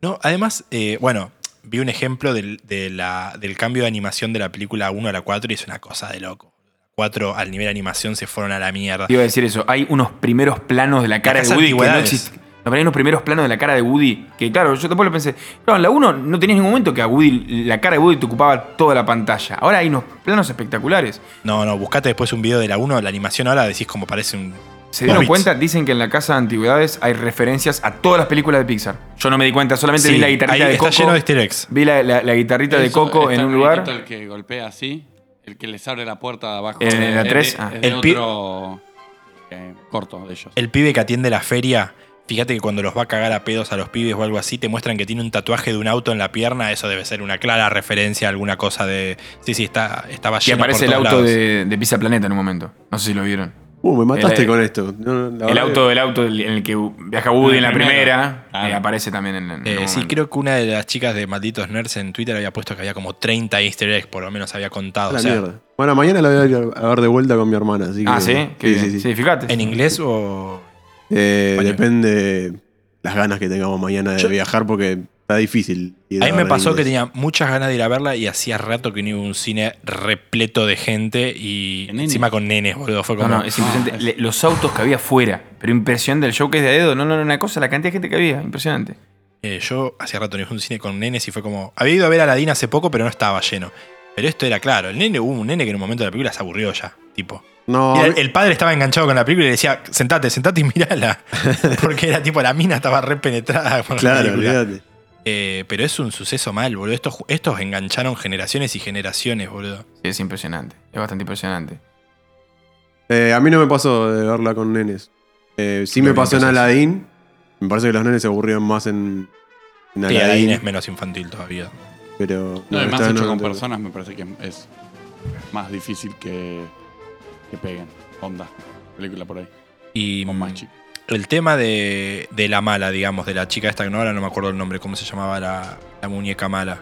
Speaker 4: No, además, eh, bueno, vi un ejemplo del, de la- del cambio de animación de la película 1 a la 4 y es una cosa de loco. 4 al nivel de animación se fueron a la mierda.
Speaker 5: Te iba a decir eso. Hay unos primeros planos de la cara de
Speaker 4: Esas
Speaker 5: Woody que no
Speaker 4: antigüedades.
Speaker 5: existen. No, pero hay unos primeros planos de la cara de Woody que, claro, yo después lo pensé. No, en la 1 no tenías ningún momento que a Woody, la cara de Woody te ocupaba toda la pantalla. Ahora hay unos planos espectaculares.
Speaker 4: No, no, buscate después un video de la 1, la animación ahora decís como parece un.
Speaker 5: ¿Se dieron
Speaker 4: Hobbits.
Speaker 5: cuenta? Dicen que en la casa de antigüedades hay referencias a todas las películas de Pixar. Yo no me di cuenta, solamente
Speaker 4: Sí,
Speaker 5: vi la guitarrita
Speaker 4: ahí
Speaker 5: de
Speaker 4: está
Speaker 5: Coco.
Speaker 4: lleno de este- easter eggs.
Speaker 5: Vi la, la- la guitarrita de
Speaker 3: Eso,
Speaker 5: Coco
Speaker 3: está
Speaker 5: en un
Speaker 3: el
Speaker 5: lugar.
Speaker 3: loquito El que golpea así, el que les abre la puerta de abajo.
Speaker 4: Eh,
Speaker 5: En
Speaker 3: Es
Speaker 5: la
Speaker 3: de-
Speaker 5: tres,
Speaker 3: es
Speaker 5: ah.
Speaker 3: de
Speaker 4: El pi-
Speaker 3: otro eh, corto de ellos.
Speaker 4: El pibe que atiende la feria, fíjate que cuando los va a cagar a pedos a los pibes o algo así, te muestran que tiene un tatuaje de un auto en la pierna. Eso debe ser una clara referencia a alguna cosa de. Sí, sí, está, estaba
Speaker 5: Y
Speaker 4: lleno
Speaker 5: aparece
Speaker 4: por
Speaker 5: el
Speaker 4: todos
Speaker 5: auto
Speaker 4: lados.
Speaker 5: de, de Pizza Planeta en un momento. No sé si lo vieron.
Speaker 2: Uh, me mataste
Speaker 5: El-
Speaker 2: con esto. No, no, la
Speaker 5: El
Speaker 2: verdad
Speaker 5: auto, el auto del- en el que viaja Woody en la
Speaker 3: primero.
Speaker 5: primera.
Speaker 3: Claro.
Speaker 5: eh, aparece también en, en
Speaker 4: Ah. Eh,
Speaker 5: un
Speaker 4: sí,
Speaker 5: momento.
Speaker 4: creo que una de las chicas de Malditos Nerds en Twitter había puesto que había como 30 easter eggs, por lo menos había
Speaker 2: que-
Speaker 4: contado.
Speaker 2: la
Speaker 4: O sea,
Speaker 2: mierda. Bueno, mañana la voy a ir a ver de vuelta con mi hermana. Así que,
Speaker 5: Ah, sí, Qué bien. sí, fíjate.
Speaker 4: ¿En inglés o.?
Speaker 2: Eh,
Speaker 4: Español.
Speaker 2: depende las ganas que tengamos mañana de
Speaker 4: Yo-
Speaker 2: viajar porque está difícil. ir
Speaker 4: A mí
Speaker 2: verla
Speaker 4: me
Speaker 2: en
Speaker 4: pasó que
Speaker 2: inglés.
Speaker 4: tenía muchas ganas de ir a verla y hacía rato que no iba a un cine repleto de gente y
Speaker 3: Nenes.
Speaker 4: encima con nenes, boludo. Fue
Speaker 5: No,
Speaker 4: como.
Speaker 5: no, es impresionante. Le- los autos que había afuera. Pero impresionante el show que es de a dedo. No, no, no, una cosa, la cantidad de gente que había. Impresionante.
Speaker 4: Eh, yo hacía rato no iba a un cine con nenes y fue como. Había ido a ver a Aladín hace poco, pero no estaba lleno. Pero esto era claro. El nene, hubo un nene que en un momento de la película se aburrió ya. Tipo.
Speaker 2: No, a
Speaker 4: Mira,
Speaker 2: mí-
Speaker 4: el, el padre estaba enganchado con la película y le decía, sentate, sentate y mirala. Porque era tipo, la mina estaba re penetrada con la
Speaker 2: claro,
Speaker 4: película.
Speaker 2: olvídate.
Speaker 4: Eh, pero es un suceso mal, boludo. Estos, ju- estos engancharon generaciones y generaciones, boludo.
Speaker 5: Sí, es impresionante. Es bastante impresionante.
Speaker 2: Eh, a mí no me pasó de verla con nenes. Eh, sí
Speaker 4: Lo
Speaker 2: me
Speaker 4: bien
Speaker 2: pasó
Speaker 4: que
Speaker 2: en
Speaker 4: haces.
Speaker 2: Aladdin. Me parece que los nenes se aburrieron más en, en
Speaker 4: Y
Speaker 2: Aladdin.
Speaker 4: Aladdin es menos infantil todavía.
Speaker 2: Pero
Speaker 3: No, y más
Speaker 2: esta
Speaker 3: hecho
Speaker 2: no-
Speaker 3: con personas me parece que es más difícil que, que peguen. Onda, película por ahí.
Speaker 4: Y
Speaker 3: Con más chicos.
Speaker 4: el tema de, de la mala, digamos, de la chica esta que no ahora no me acuerdo el nombre, cómo se llamaba la, la muñeca mala.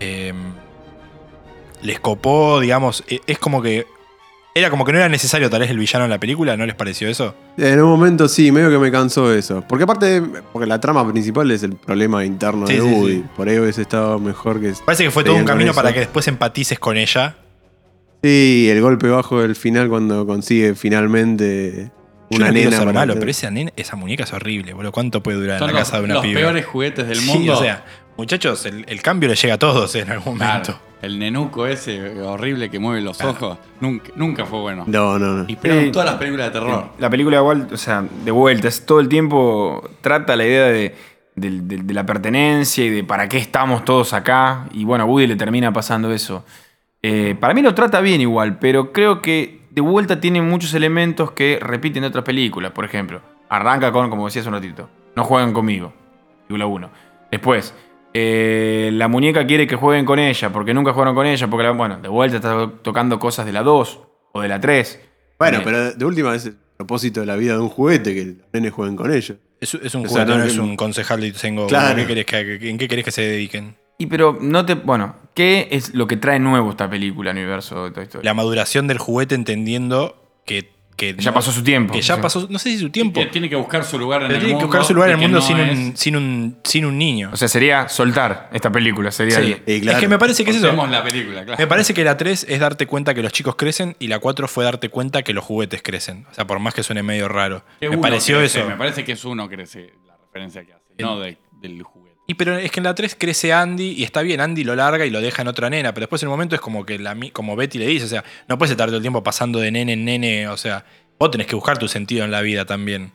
Speaker 4: Em, les copó, digamos, e- es como que. Era como que no era necesario tal vez el villano en la película, ¿no les pareció eso?
Speaker 2: En un momento sí, medio que me cansó eso. Porque aparte, porque la trama principal es el problema interno
Speaker 4: Sí,
Speaker 2: de
Speaker 4: sí,
Speaker 2: Woody.
Speaker 4: sí.
Speaker 2: Por ahí hubiese estado mejor que.
Speaker 4: Parece que fue todo
Speaker 2: seguían
Speaker 4: un
Speaker 2: con
Speaker 4: camino
Speaker 2: eso.
Speaker 4: para que después empatices con ella.
Speaker 2: Sí, el golpe bajo del final cuando consigue finalmente
Speaker 4: Yo
Speaker 2: una
Speaker 4: no quiero
Speaker 2: nena.
Speaker 4: ser
Speaker 2: para
Speaker 4: malo,
Speaker 2: hacer-
Speaker 4: pero esa, nena- esa muñeca es horrible, boludo. ¿Cuánto puede durar
Speaker 3: Son
Speaker 4: en la
Speaker 3: los,
Speaker 4: casa de una
Speaker 3: los
Speaker 4: piba?
Speaker 3: peores juguetes del
Speaker 4: Sí,
Speaker 3: mundo.
Speaker 4: o sea, muchachos, el, el cambio le llega a todos eh, en algún momento.
Speaker 3: Claro, el nenuco ese horrible que mueve los ojos. Nunca, nunca fue bueno.
Speaker 2: No, no, no.
Speaker 3: Y pero en
Speaker 5: Sí.
Speaker 3: todas las películas de terror.
Speaker 5: La película igual, o sea, de vueltas, todo el tiempo trata la idea de, del- del- de la pertenencia y de para qué estamos todos acá. Y bueno, a Woody le termina pasando eso. Eh, para mí lo trata bien igual, pero creo que de vuelta tiene muchos elementos que repiten de otras películas. Por ejemplo, arranca con, como decía hace un ratito, no juegan conmigo. Película 1. Después, eh, la muñeca quiere que jueguen con ella, porque nunca jugaron con ella, porque la- bueno, de vuelta está tocando cosas de la 2 o de la Eh, 3.
Speaker 2: Bueno,
Speaker 5: Bien.
Speaker 4: eh.
Speaker 2: pero de última es el propósito de la vida de un juguete que los nenes jueguen con ellos.
Speaker 4: Es, es un
Speaker 2: O sea,
Speaker 4: juguete,
Speaker 2: no
Speaker 4: no
Speaker 2: es
Speaker 4: es
Speaker 2: que-
Speaker 4: un concejal de Ituzengo.
Speaker 2: Claro.
Speaker 4: ¿Qué querés que- ¿En qué querés que se dediquen?
Speaker 5: Y pero no te. Bueno, ¿qué es lo que trae nuevo esta película, el universo de Toy Story?
Speaker 4: La maduración del juguete entendiendo que. que
Speaker 5: Ya pasó su tiempo.
Speaker 4: Que ya
Speaker 5: Sí.
Speaker 4: pasó, no sé si su tiempo.
Speaker 3: Que tiene que buscar su lugar en
Speaker 4: Pero
Speaker 3: el
Speaker 4: tiene
Speaker 3: mundo.
Speaker 4: que buscar su lugar en el
Speaker 3: y que
Speaker 4: mundo
Speaker 3: no
Speaker 4: sin,
Speaker 3: es-
Speaker 4: un, sin, un, sin un niño.
Speaker 5: O sea, sería soltar esta película. Sería.
Speaker 4: Sí.
Speaker 5: el-
Speaker 2: Y claro.
Speaker 4: Es que me parece que es eso.
Speaker 3: Cortemos la película, claro.
Speaker 4: Me parece que la 3 es darte cuenta que los chicos crecen y la 4 fue darte cuenta que los juguetes crecen. O sea, por más que suene medio raro.
Speaker 3: Que
Speaker 4: me
Speaker 3: uno
Speaker 4: pareció
Speaker 3: crece,
Speaker 4: eso.
Speaker 3: Me parece que es uno crece la referencia que hace, no de- del juguete.
Speaker 4: Y pero es que en la 3 crece Andy y está bien, Andy lo larga y lo deja en otra nena, pero después en el momento es como que la, mi- como Betty le dice, o sea, no puedes estar todo el tiempo pasando de nene en nene, o sea, vos tenés que buscar tu sentido en la vida también.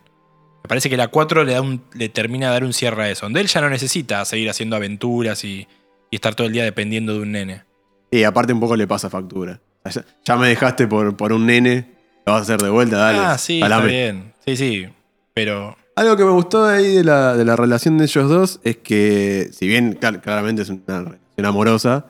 Speaker 4: Me parece que la 4 le, da un, le termina de dar un cierre a eso, donde él ya no necesita seguir haciendo aventuras y, y estar todo el día dependiendo de un nene.
Speaker 2: Y aparte un poco le pasa factura. O sea, Ya, ya me dejaste por, por un nene, lo vas a hacer de vuelta, dale.
Speaker 4: ah, sí,
Speaker 2: salame.
Speaker 4: está bien. Sí, sí, pero
Speaker 2: Algo que me gustó de ahí de la, de la relación de ellos dos es que, si bien clar- claramente es una relación amorosa,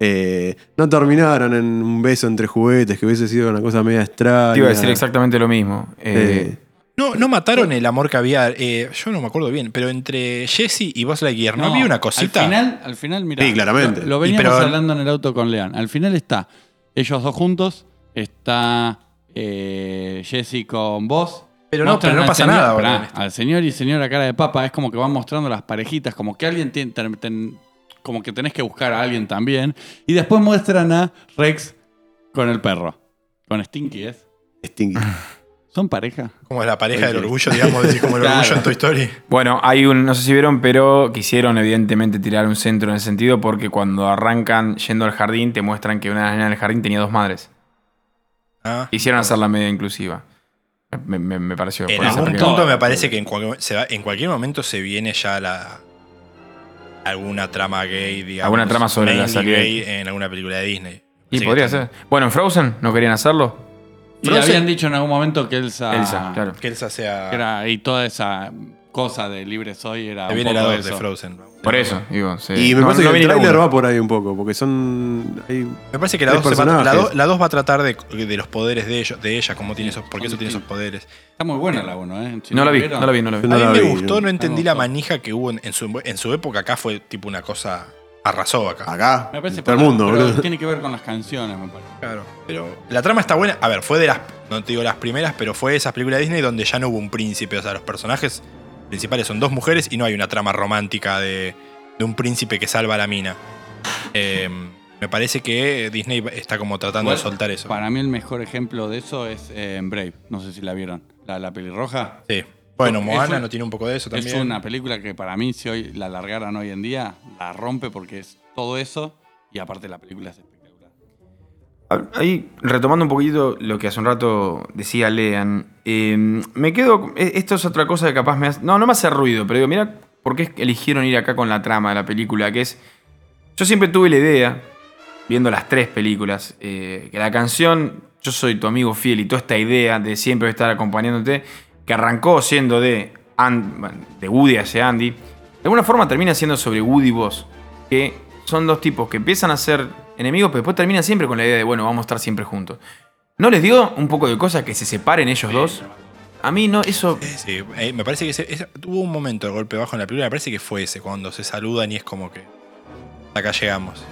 Speaker 2: eh, no terminaron en un beso entre juguetes, que hubiese sido una cosa media extraña.
Speaker 5: Te iba a decir exactamente lo mismo. Eh,
Speaker 2: Eh,
Speaker 4: No, no mataron el amor que había. eh, yo no me acuerdo bien, pero entre Jesse y Buzz Lightyear no, había una cosita.
Speaker 3: Al final, al final mira.
Speaker 2: Sí, claramente.
Speaker 3: Lo, lo veníamos
Speaker 4: Y pero-
Speaker 3: hablando en el auto con Lean. Al final está ellos dos juntos, está eh, Jesse con vos.
Speaker 4: Pero no,
Speaker 3: Mostran
Speaker 4: pero no
Speaker 3: al
Speaker 4: pasa
Speaker 3: señor-
Speaker 4: nada,
Speaker 3: pará,
Speaker 4: boludo, en esto.
Speaker 3: Al señor y señora cara de papa es como que van mostrando las parejitas, como que alguien tiene, ten- ten- como que tenés que buscar a alguien también. Y después muestran a Rex con el perro, con Stinky, ¿es?
Speaker 2: Stinky.
Speaker 3: ¿Son pareja?
Speaker 4: Como es la pareja del orgullo, digamos, decir como el
Speaker 3: Claro.
Speaker 4: orgullo en tu historia.
Speaker 5: Bueno, hay un. No sé si vieron, pero quisieron evidentemente tirar un centro en ese sentido porque cuando arrancan yendo al jardín te muestran que una de las nenas del jardín tenía dos madres.
Speaker 4: ¿ah?
Speaker 5: Quisieron hacerla media inclusiva. Me, me- me pareció.
Speaker 4: en
Speaker 5: por eso,
Speaker 4: algún
Speaker 5: porque-
Speaker 4: punto me parece que en, cual- se va- en cualquier momento se viene ya la alguna trama gay, digamos.
Speaker 5: Alguna trama sobre la
Speaker 4: mainly
Speaker 5: salida.
Speaker 4: gay en alguna película de Disney.
Speaker 5: Y
Speaker 4: Así
Speaker 5: podría
Speaker 4: que-
Speaker 5: ser. Bueno, en Frozen no querían hacerlo.
Speaker 3: Y
Speaker 4: Frozen-
Speaker 3: habían dicho en algún momento que
Speaker 2: Ah.
Speaker 3: Elsa.
Speaker 5: Elsa, claro.
Speaker 4: Que Elsa sea.
Speaker 3: que era- y toda esa cosa de libre soy era.
Speaker 4: se
Speaker 3: Un
Speaker 4: viene la
Speaker 3: poco de
Speaker 4: dos de
Speaker 3: eso.
Speaker 4: Frozen.
Speaker 5: Por eso, digo. se-
Speaker 2: Y me
Speaker 5: no-
Speaker 2: parece
Speaker 5: no
Speaker 2: que el
Speaker 5: viene la
Speaker 2: trailer
Speaker 5: uno.
Speaker 2: va por ahí un poco, porque son. hay-
Speaker 4: Me parece que la
Speaker 2: Tres
Speaker 4: 2 va, la
Speaker 2: personajes.
Speaker 4: dos- la dos va a tratar de, de los poderes de ellos, de ella, cómo tiene esos, porque eso tiene esos poderes.
Speaker 3: Está muy buena la 1, ¿eh? Si
Speaker 5: No la vi,
Speaker 3: vieron,
Speaker 5: no la vi, no la vi.
Speaker 2: No
Speaker 4: a mí
Speaker 2: la
Speaker 4: me
Speaker 2: vi,
Speaker 4: gustó,
Speaker 2: yo-
Speaker 4: no entendí la
Speaker 3: gustó.
Speaker 4: manija que hubo en, en su, en su época. Acá fue tipo una cosa. Arrasó acá.
Speaker 2: acá.
Speaker 3: Me parece
Speaker 2: todo el
Speaker 3: para-
Speaker 2: mundo,
Speaker 3: pero
Speaker 2: boludo.
Speaker 3: Tiene que ver con las canciones, me parece.
Speaker 4: Claro. Pero la trama está buena. A ver, fue de las. No te digo las primeras, pero fue de esas películas de Disney donde ya no hubo un príncipe. O sea, los personajes principales son dos mujeres y no hay una trama romántica de, de un príncipe que salva a la mina. Eh, me parece que Disney está como tratando de
Speaker 3: Igual,
Speaker 4: soltar eso.
Speaker 3: Para mí el mejor ejemplo de eso es eh, en Brave. No sé si la vieron. La, la pelirroja.
Speaker 4: Sí. Bueno,
Speaker 3: Es
Speaker 4: Moana
Speaker 3: un-
Speaker 4: no tiene un poco de eso
Speaker 3: Es
Speaker 4: también.
Speaker 3: una película que para mí, si hoy la largaran hoy en día, la rompe porque es todo eso. Y aparte la película es espectacular.
Speaker 5: Ahí, retomando un poquito lo que hace un rato decía Lean, eh, me quedo. eh, Esto es otra cosa que capaz me hace. No, no me hace ruido, pero digo, mira, ¿por qué eligieron ir acá con la trama de la película? Que es. Yo siempre tuve la idea, viendo las tres películas, eh, que la canción Yo soy tu amigo fiel y toda esta idea de siempre estar acompañándote, que arrancó siendo de, And- bueno, de Woody hacia Andy, de alguna forma termina siendo sobre Woody y vos, que son dos tipos que empiezan a ser enemigos, pero después termina siempre con la idea de, bueno, vamos a estar siempre juntos. ¿No les dio un poco de cosa que se separen ellos dos? A mí no, eso...
Speaker 4: Sí, eh, me parece que ese- ese- hubo un momento de golpe bajo en la película, me parece que fue ese, cuando se saludan y es como que acá llegamos.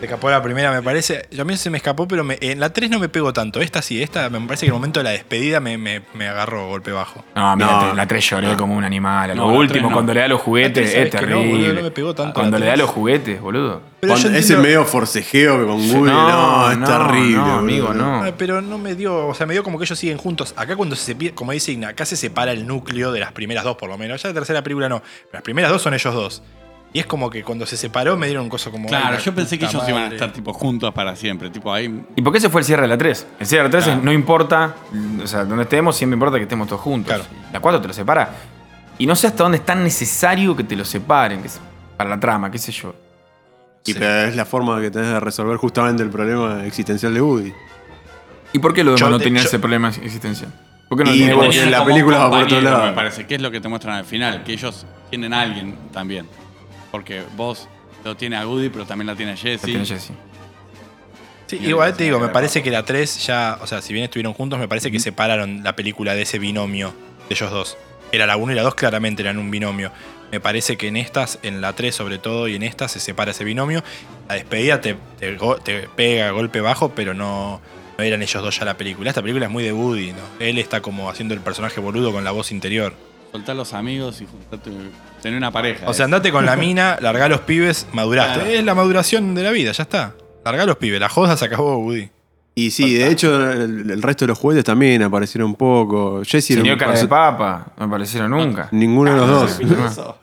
Speaker 4: Se escapó la primera, me parece. Yo a mí se me escapó, pero me- en la 3 no me pego tanto. Esta sí, esta me parece que el momento de la despedida me, me, me agarró golpe bajo.
Speaker 5: No,
Speaker 2: No.
Speaker 5: mira, la 3 lloré como un animal. A lo
Speaker 3: No, la
Speaker 5: último,
Speaker 3: tres no.
Speaker 5: cuando le da los
Speaker 4: La
Speaker 5: juguetes,
Speaker 4: tres,
Speaker 5: es
Speaker 4: ¿sabes que no,
Speaker 5: terrible.
Speaker 4: boludo? No me pegó tanto
Speaker 5: cuando
Speaker 4: la
Speaker 5: le da
Speaker 4: tres.
Speaker 5: los juguetes, boludo.
Speaker 4: Pero yo
Speaker 2: Cuando- ese
Speaker 4: entiendo-
Speaker 2: medio forcejeo que con Woody, no, es terrible.
Speaker 5: No,
Speaker 2: boludo.
Speaker 5: amigo, no.
Speaker 4: Ah, pero no me dio, o sea, me dio como que ellos siguen juntos. Acá cuando se sepie- como dice Igna, acá se separa el núcleo de las primeras dos, por lo menos. Ya la tercera película no, pero las primeras dos son ellos dos. Y es como que cuando se separó me dieron un coso como. ay,
Speaker 3: Claro,
Speaker 4: la
Speaker 3: yo pensé que
Speaker 4: puta
Speaker 3: ellos iban a
Speaker 4: madre.
Speaker 3: estar tipo juntos para siempre. Tipo ahí.
Speaker 5: ¿Y por qué se fue el cierre de la 3? El cierre de la 3 es, no importa, o sea, donde estemos, siempre importa que estemos todos juntos.
Speaker 4: Claro.
Speaker 5: La 4 te lo separa. Y no sé hasta dónde es tan necesario que te lo separen, que es para la trama, qué sé yo.
Speaker 2: Y pero es la forma que tenés de resolver justamente el problema existencial de Woody.
Speaker 5: ¿Y por qué los
Speaker 4: Yo
Speaker 5: demás no
Speaker 4: te-
Speaker 5: tenían
Speaker 4: yo-
Speaker 5: ese problema de existencia? ¿Por qué no
Speaker 2: Y
Speaker 5: lo tenía
Speaker 2: porque
Speaker 5: vos?
Speaker 2: en la
Speaker 3: como
Speaker 2: película va por otro
Speaker 3: compañero,
Speaker 2: lado.
Speaker 3: Me parece que es lo que te muestran al final, que ellos tienen a alguien también. Porque vos lo tiene a Woody, pero también la tiene a Jesse.
Speaker 5: Lo tiene Jesse.
Speaker 4: Sí,
Speaker 3: Y
Speaker 4: igual
Speaker 3: entonces
Speaker 4: te digo,
Speaker 3: me
Speaker 4: me
Speaker 3: quedé
Speaker 4: parece que la 3 ya, o sea, si bien estuvieron juntos, me parece que separaron la película de ese binomio de ellos dos. Era la 1 y la 2 claramente eran un binomio. Me parece que en estas, en la 3 sobre todo, y en esta se separa ese binomio. La despedida te, te go- te pega golpe bajo, pero no, no eran ellos dos ya la película. Esta película es muy de Woody, ¿no? Él está como haciendo el personaje boludo con la voz interior.
Speaker 3: Soltá los amigos y juntate, tener una pareja.
Speaker 4: O sea, andate con la mina, largá los pibes, maduraste.
Speaker 3: Claro.
Speaker 4: Es la maduración de la vida, ya está. Largá los pibes, la joda se acabó, Woody.
Speaker 2: Y sí, de hecho, el, el resto de los juguetes también aparecieron poco. Jesse era
Speaker 5: Señor
Speaker 2: un
Speaker 5: cara de
Speaker 2: perso-
Speaker 5: papa, Ah, no aparecieron nunca.
Speaker 2: Ninguno de los dos.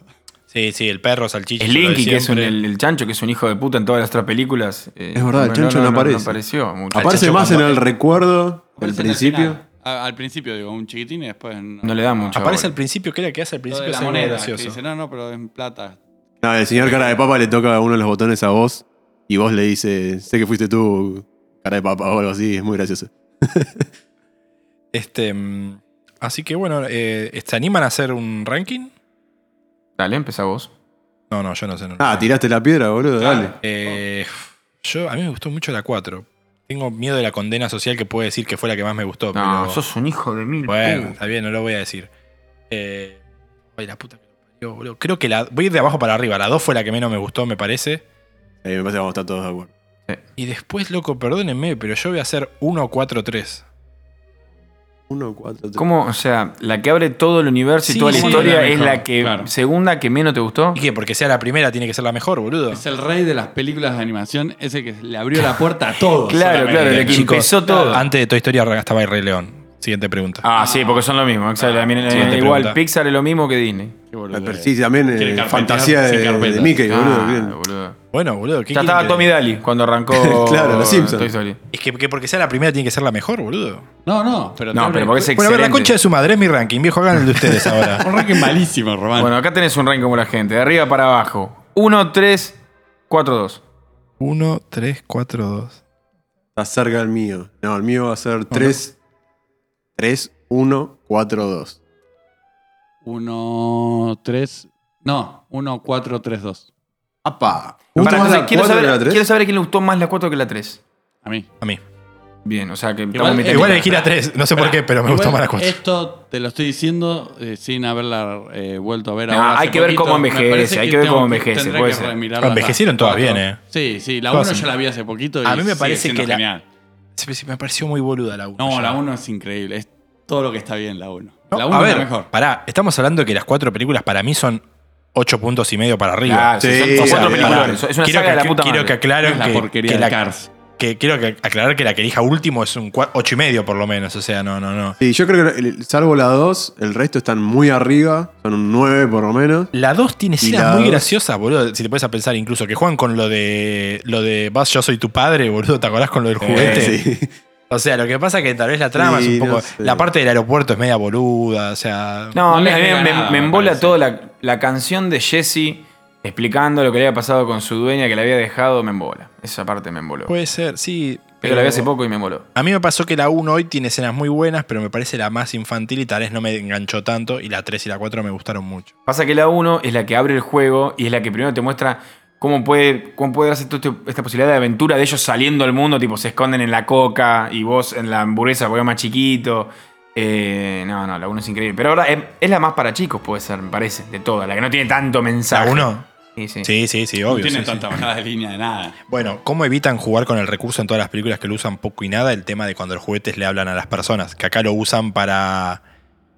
Speaker 4: Sí, sí, el perro, salchicha.
Speaker 5: Es
Speaker 4: lo de
Speaker 5: Linky, que es un-
Speaker 4: siempre.
Speaker 5: el, el chancho, que es un hijo de puta en todas las otras películas. eh,
Speaker 2: Es verdad, el chancho no aparece.
Speaker 5: apareció mucho.
Speaker 2: Aparece
Speaker 5: El
Speaker 2: más
Speaker 5: chancho
Speaker 2: en el recuerdo, al
Speaker 3: Aparece en la
Speaker 2: principio.
Speaker 3: escena- a- al principio, digo, un chiquitín y después.
Speaker 5: No le da mucho.
Speaker 4: Aparece al
Speaker 5: bola.
Speaker 4: principio, ¿qué era que hace al
Speaker 3: Lo
Speaker 4: principio?
Speaker 3: de la
Speaker 4: es algo
Speaker 3: moneda. que
Speaker 4: gracioso.
Speaker 3: dice, no, no, pero en plata.
Speaker 2: No, el señor cara de papa le toca uno de los botones a vos y vos le dice, sé que fuiste tú, cara de papa o algo así, es muy gracioso.
Speaker 4: Este, mm, así que bueno, eh, ¿se animan a hacer un ranking?
Speaker 5: Dale, empezá vos.
Speaker 4: No, no, yo no sé. no.
Speaker 2: Ah, tiraste la piedra, boludo, dale.
Speaker 4: Eh, yo, a mí me gustó mucho la 4. Tengo miedo de la condena social que puede decir que fue la que más me gustó.
Speaker 5: No,
Speaker 4: pero,
Speaker 5: sos un hijo de mil.
Speaker 4: Bueno,
Speaker 5: putas.
Speaker 4: está bien, no lo voy a decir. Eh, ay, la puta que lo parió, boludo. Creo que la. Voy a ir de abajo para arriba. La 2 fue la que menos me gustó, me parece.
Speaker 2: Eh, me parece que vamos a estar todos de acuerdo.
Speaker 4: Y después, loco, perdónenme, pero yo voy a hacer 1-4-3.
Speaker 2: Uno, cuatro, tres.
Speaker 5: ¿Cómo? O sea, la que abre todo el universo y
Speaker 4: Sí,
Speaker 5: toda la
Speaker 4: sí,
Speaker 5: historia
Speaker 3: la
Speaker 5: es
Speaker 3: mejor,
Speaker 5: la que
Speaker 3: claro.
Speaker 5: segunda que menos te gustó.
Speaker 4: ¿Y qué? Porque sea la primera, tiene que ser la mejor, boludo.
Speaker 3: Es el rey de las películas de animación, ese que le abrió la puerta a todos.
Speaker 5: Claro, claro, el que
Speaker 4: Chicos,
Speaker 5: empezó todo.
Speaker 4: Antes de Toy Story arranca- estaba el Rey León. Siguiente pregunta.
Speaker 5: Ah, sí, porque son lo mismo. exacto, también, eh,
Speaker 4: Siguiente
Speaker 5: igual,
Speaker 4: pregunta.
Speaker 5: Pixar es lo mismo que Disney.
Speaker 3: Qué
Speaker 2: Ah,
Speaker 3: boludo.
Speaker 2: pero sí, también eh,
Speaker 6: Quiere carpetear
Speaker 2: fantasía
Speaker 6: sin
Speaker 2: de,
Speaker 6: carpetas.
Speaker 2: de Mickey, boludo.
Speaker 5: Ah,
Speaker 2: bien.
Speaker 5: boludo.
Speaker 4: Bueno, boludo, ¿qué
Speaker 5: Ya
Speaker 4: quieren
Speaker 5: estaba
Speaker 4: que-
Speaker 5: Tommy Daly cuando arrancó
Speaker 2: Claro, los Simpsons.
Speaker 5: Toy Story.
Speaker 4: Es que, que porque sea la primera tiene que ser la mejor, boludo.
Speaker 3: No, no, pero.
Speaker 5: No, pero porque es
Speaker 4: Bueno, a ver, la
Speaker 5: excelente.
Speaker 4: concha de su madre es mi ranking, viejo. Hagan el de ustedes ahora.
Speaker 3: Un ranking malísimo, Román.
Speaker 5: Bueno, acá tenés un ranking como la gente. De arriba para abajo. 1, 3, 4, 2.
Speaker 4: 1, 3, 4, 2.
Speaker 2: Está cerca del mío. No, el mío va a ser 3, 3, 1, 4, 2.
Speaker 3: Uno, tres. No, uno, cuatro, tres, dos.
Speaker 2: ¡Apa!
Speaker 5: Para,
Speaker 2: ¿Gustó más
Speaker 5: entonces,
Speaker 2: la
Speaker 5: quiero,
Speaker 2: cuatro que
Speaker 5: saber,
Speaker 2: la tres?
Speaker 5: quiero saber a quién le gustó más la 4 que la 3.
Speaker 3: A mí.
Speaker 4: A mí.
Speaker 5: Bien, o sea que estamos
Speaker 3: Igual-
Speaker 5: mitad y
Speaker 4: Igual
Speaker 5: mitad.
Speaker 4: elegí la 3, no sé por qué, pero me gustó
Speaker 3: Igual,
Speaker 4: más la 4.
Speaker 3: Esto te lo estoy diciendo eh, sin haberla eh, vuelto a ver
Speaker 5: No,
Speaker 3: ahora.
Speaker 5: hay
Speaker 3: hace
Speaker 5: que ver
Speaker 3: poquito.
Speaker 5: cómo
Speaker 3: Me
Speaker 5: envejece,
Speaker 3: parece
Speaker 5: hay que ver
Speaker 3: tengo
Speaker 5: cómo envejece,
Speaker 3: tendré
Speaker 5: puede
Speaker 3: que
Speaker 5: ser.
Speaker 3: remirarla
Speaker 4: Envejecieron
Speaker 3: las
Speaker 4: todas
Speaker 3: cuatro.
Speaker 4: bien, eh.
Speaker 3: Sí, sí, la
Speaker 4: Todas
Speaker 3: 1
Speaker 4: son-
Speaker 3: yo la vi hace poquito. Y
Speaker 4: A mí me
Speaker 3: sigue
Speaker 4: parece
Speaker 3: siendo
Speaker 4: que la-
Speaker 3: genial.
Speaker 4: Me pareció muy boluda la 1.
Speaker 3: No, la 1 es increíble. Es todo lo que está bien, la 1. la 1
Speaker 4: a
Speaker 3: es
Speaker 4: ver,
Speaker 3: la mejor.
Speaker 4: Pará, estamos hablando de que las 4 películas para mí son 8 puntos y medio para arriba.
Speaker 5: Claro,
Speaker 2: Sí,
Speaker 5: son, son
Speaker 2: sí,
Speaker 5: cuatro
Speaker 2: sí.
Speaker 5: películas.
Speaker 4: Pará,
Speaker 5: Es una
Speaker 4: quiero
Speaker 5: saga de
Speaker 4: que,
Speaker 5: la puta
Speaker 4: Quiero
Speaker 5: madre.
Speaker 4: que aclaren
Speaker 3: Es la
Speaker 4: que,
Speaker 3: porquería
Speaker 4: que
Speaker 3: de
Speaker 4: la-
Speaker 3: Cars.
Speaker 4: que quiero que aclarar que la que elija último es un 8 y medio por lo menos. O sea, no, no, no.
Speaker 2: Sí, yo creo que el- salvo la 2, el resto están muy arriba. Son un 9 por lo menos.
Speaker 4: La 2 tiene
Speaker 2: Y
Speaker 4: escenas
Speaker 2: la
Speaker 4: muy
Speaker 2: dos-
Speaker 4: graciosas, boludo. Si te puedes a pensar incluso que juegan con lo de lo de vas, yo soy tu padre, boludo, ¿te acordás con lo del juguete?
Speaker 2: Eh, Sí.
Speaker 4: O sea, lo que pasa es que tal vez la trama
Speaker 2: Sí,
Speaker 4: es un poco.
Speaker 2: no sé.
Speaker 4: La parte del aeropuerto es media boluda, o sea.
Speaker 5: No,
Speaker 3: No
Speaker 5: a mí,
Speaker 3: les
Speaker 5: a mí
Speaker 3: pega
Speaker 5: me,
Speaker 3: nada,
Speaker 5: me
Speaker 3: me
Speaker 5: embola
Speaker 3: parece.
Speaker 5: toda la, la canción de Jesse explicando lo que le había pasado con su dueña que la había dejado, me embola. Esa parte me emboló.
Speaker 4: Puede ser, sí.
Speaker 5: Pero la vi hace poco y me emboló.
Speaker 4: A mí me pasó que la 1 hoy tiene escenas muy buenas, pero me parece la más infantil y tal vez no me enganchó tanto. Y la 3 y la 4 me gustaron mucho.
Speaker 5: Pasa que la 1 es la que abre el juego y es la que primero te muestra cómo puede, cómo puede darse toda este- esta posibilidad de aventura de ellos saliendo al mundo, tipo se esconden en la coca y vos en la hamburguesa porque es más chiquito. Eh, no, no, la 1 es increíble. Pero ahora es, es la más para chicos, puede ser, me parece, de todas, la que no tiene tanto mensaje.
Speaker 4: ¿La 1?
Speaker 5: Sí, sí.
Speaker 4: Sí, sí, sí,
Speaker 3: No
Speaker 4: obvio.
Speaker 3: tiene
Speaker 4: sí, sí.
Speaker 3: tanta bajada de línea de nada.
Speaker 4: Bueno, ¿cómo evitan jugar con el recurso en todas las películas que lo usan poco y nada? El tema de cuando los juguetes le hablan a las personas. Que acá lo usan para.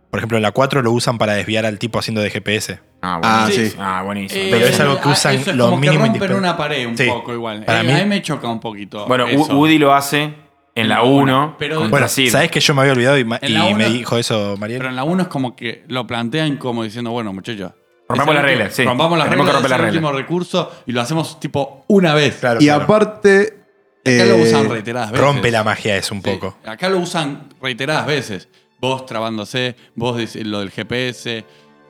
Speaker 4: Por ejemplo, en la 4 lo usan para desviar al tipo haciendo de GPS.
Speaker 5: Ah,
Speaker 2: Ah,
Speaker 5: buenísimo.
Speaker 2: sí.
Speaker 5: Ah, buenísimo.
Speaker 3: Eh,
Speaker 4: Pero es algo que
Speaker 3: ah,
Speaker 4: usan
Speaker 3: eso es
Speaker 4: lo
Speaker 3: como que
Speaker 4: mínimo
Speaker 3: rompen
Speaker 4: indispensable.
Speaker 3: una pared un
Speaker 4: Sí.
Speaker 3: poco igual.
Speaker 4: Para
Speaker 3: Eh,
Speaker 4: mí-
Speaker 3: a mí me choca un poquito.
Speaker 5: Bueno,
Speaker 3: eso.
Speaker 5: U- Woody lo hace en la 1.
Speaker 3: Pero-
Speaker 5: contra
Speaker 4: Bueno,
Speaker 5: Sid.
Speaker 4: ¿sabés que yo me había olvidado y, ma-
Speaker 3: En la
Speaker 4: y me
Speaker 3: uno-
Speaker 4: dijo eso, Mariel?
Speaker 3: Pero en la 1 es como que lo plantean como diciendo, bueno, muchachos. es el
Speaker 5: Rompamos las
Speaker 3: último-
Speaker 5: reglas, sí.
Speaker 3: Rompamos las
Speaker 5: Tenemos que
Speaker 3: reglas, es
Speaker 5: romper
Speaker 3: el
Speaker 5: las
Speaker 3: último recurso y lo hacemos tipo una vez.
Speaker 4: Claro,
Speaker 2: y
Speaker 4: claro.
Speaker 2: aparte.
Speaker 3: Acá lo
Speaker 2: eh,
Speaker 3: usan reiteradas veces.
Speaker 4: Rompe la magia eso un
Speaker 3: Sí,
Speaker 4: poco.
Speaker 3: Acá lo usan reiteradas veces. Vos trabándose, vos dic- lo del GPS.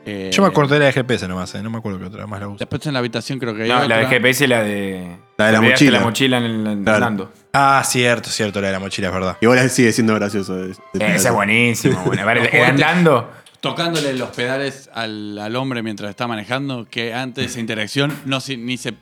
Speaker 3: eh,
Speaker 4: Yo me acordé de la de GPS nomás, eh, no me acuerdo que otra más la usa.
Speaker 3: Después en la habitación creo que hay
Speaker 5: No, la de
Speaker 3: otra.
Speaker 5: GPS y la de.
Speaker 2: La de la
Speaker 5: olvidaste
Speaker 2: mochila.
Speaker 5: La mochila en el en-
Speaker 2: Claro.
Speaker 5: andando.
Speaker 4: Ah, cierto, cierto, la de la mochila, es verdad.
Speaker 2: Igual sigue siendo gracioso. ese-
Speaker 5: Ese es buenísimo. Bueno, a ver,
Speaker 3: Los
Speaker 5: el andando.
Speaker 3: Tocándole los pedales al, al hombre mientras está manejando, que antes de esa interacción no se- ni, se,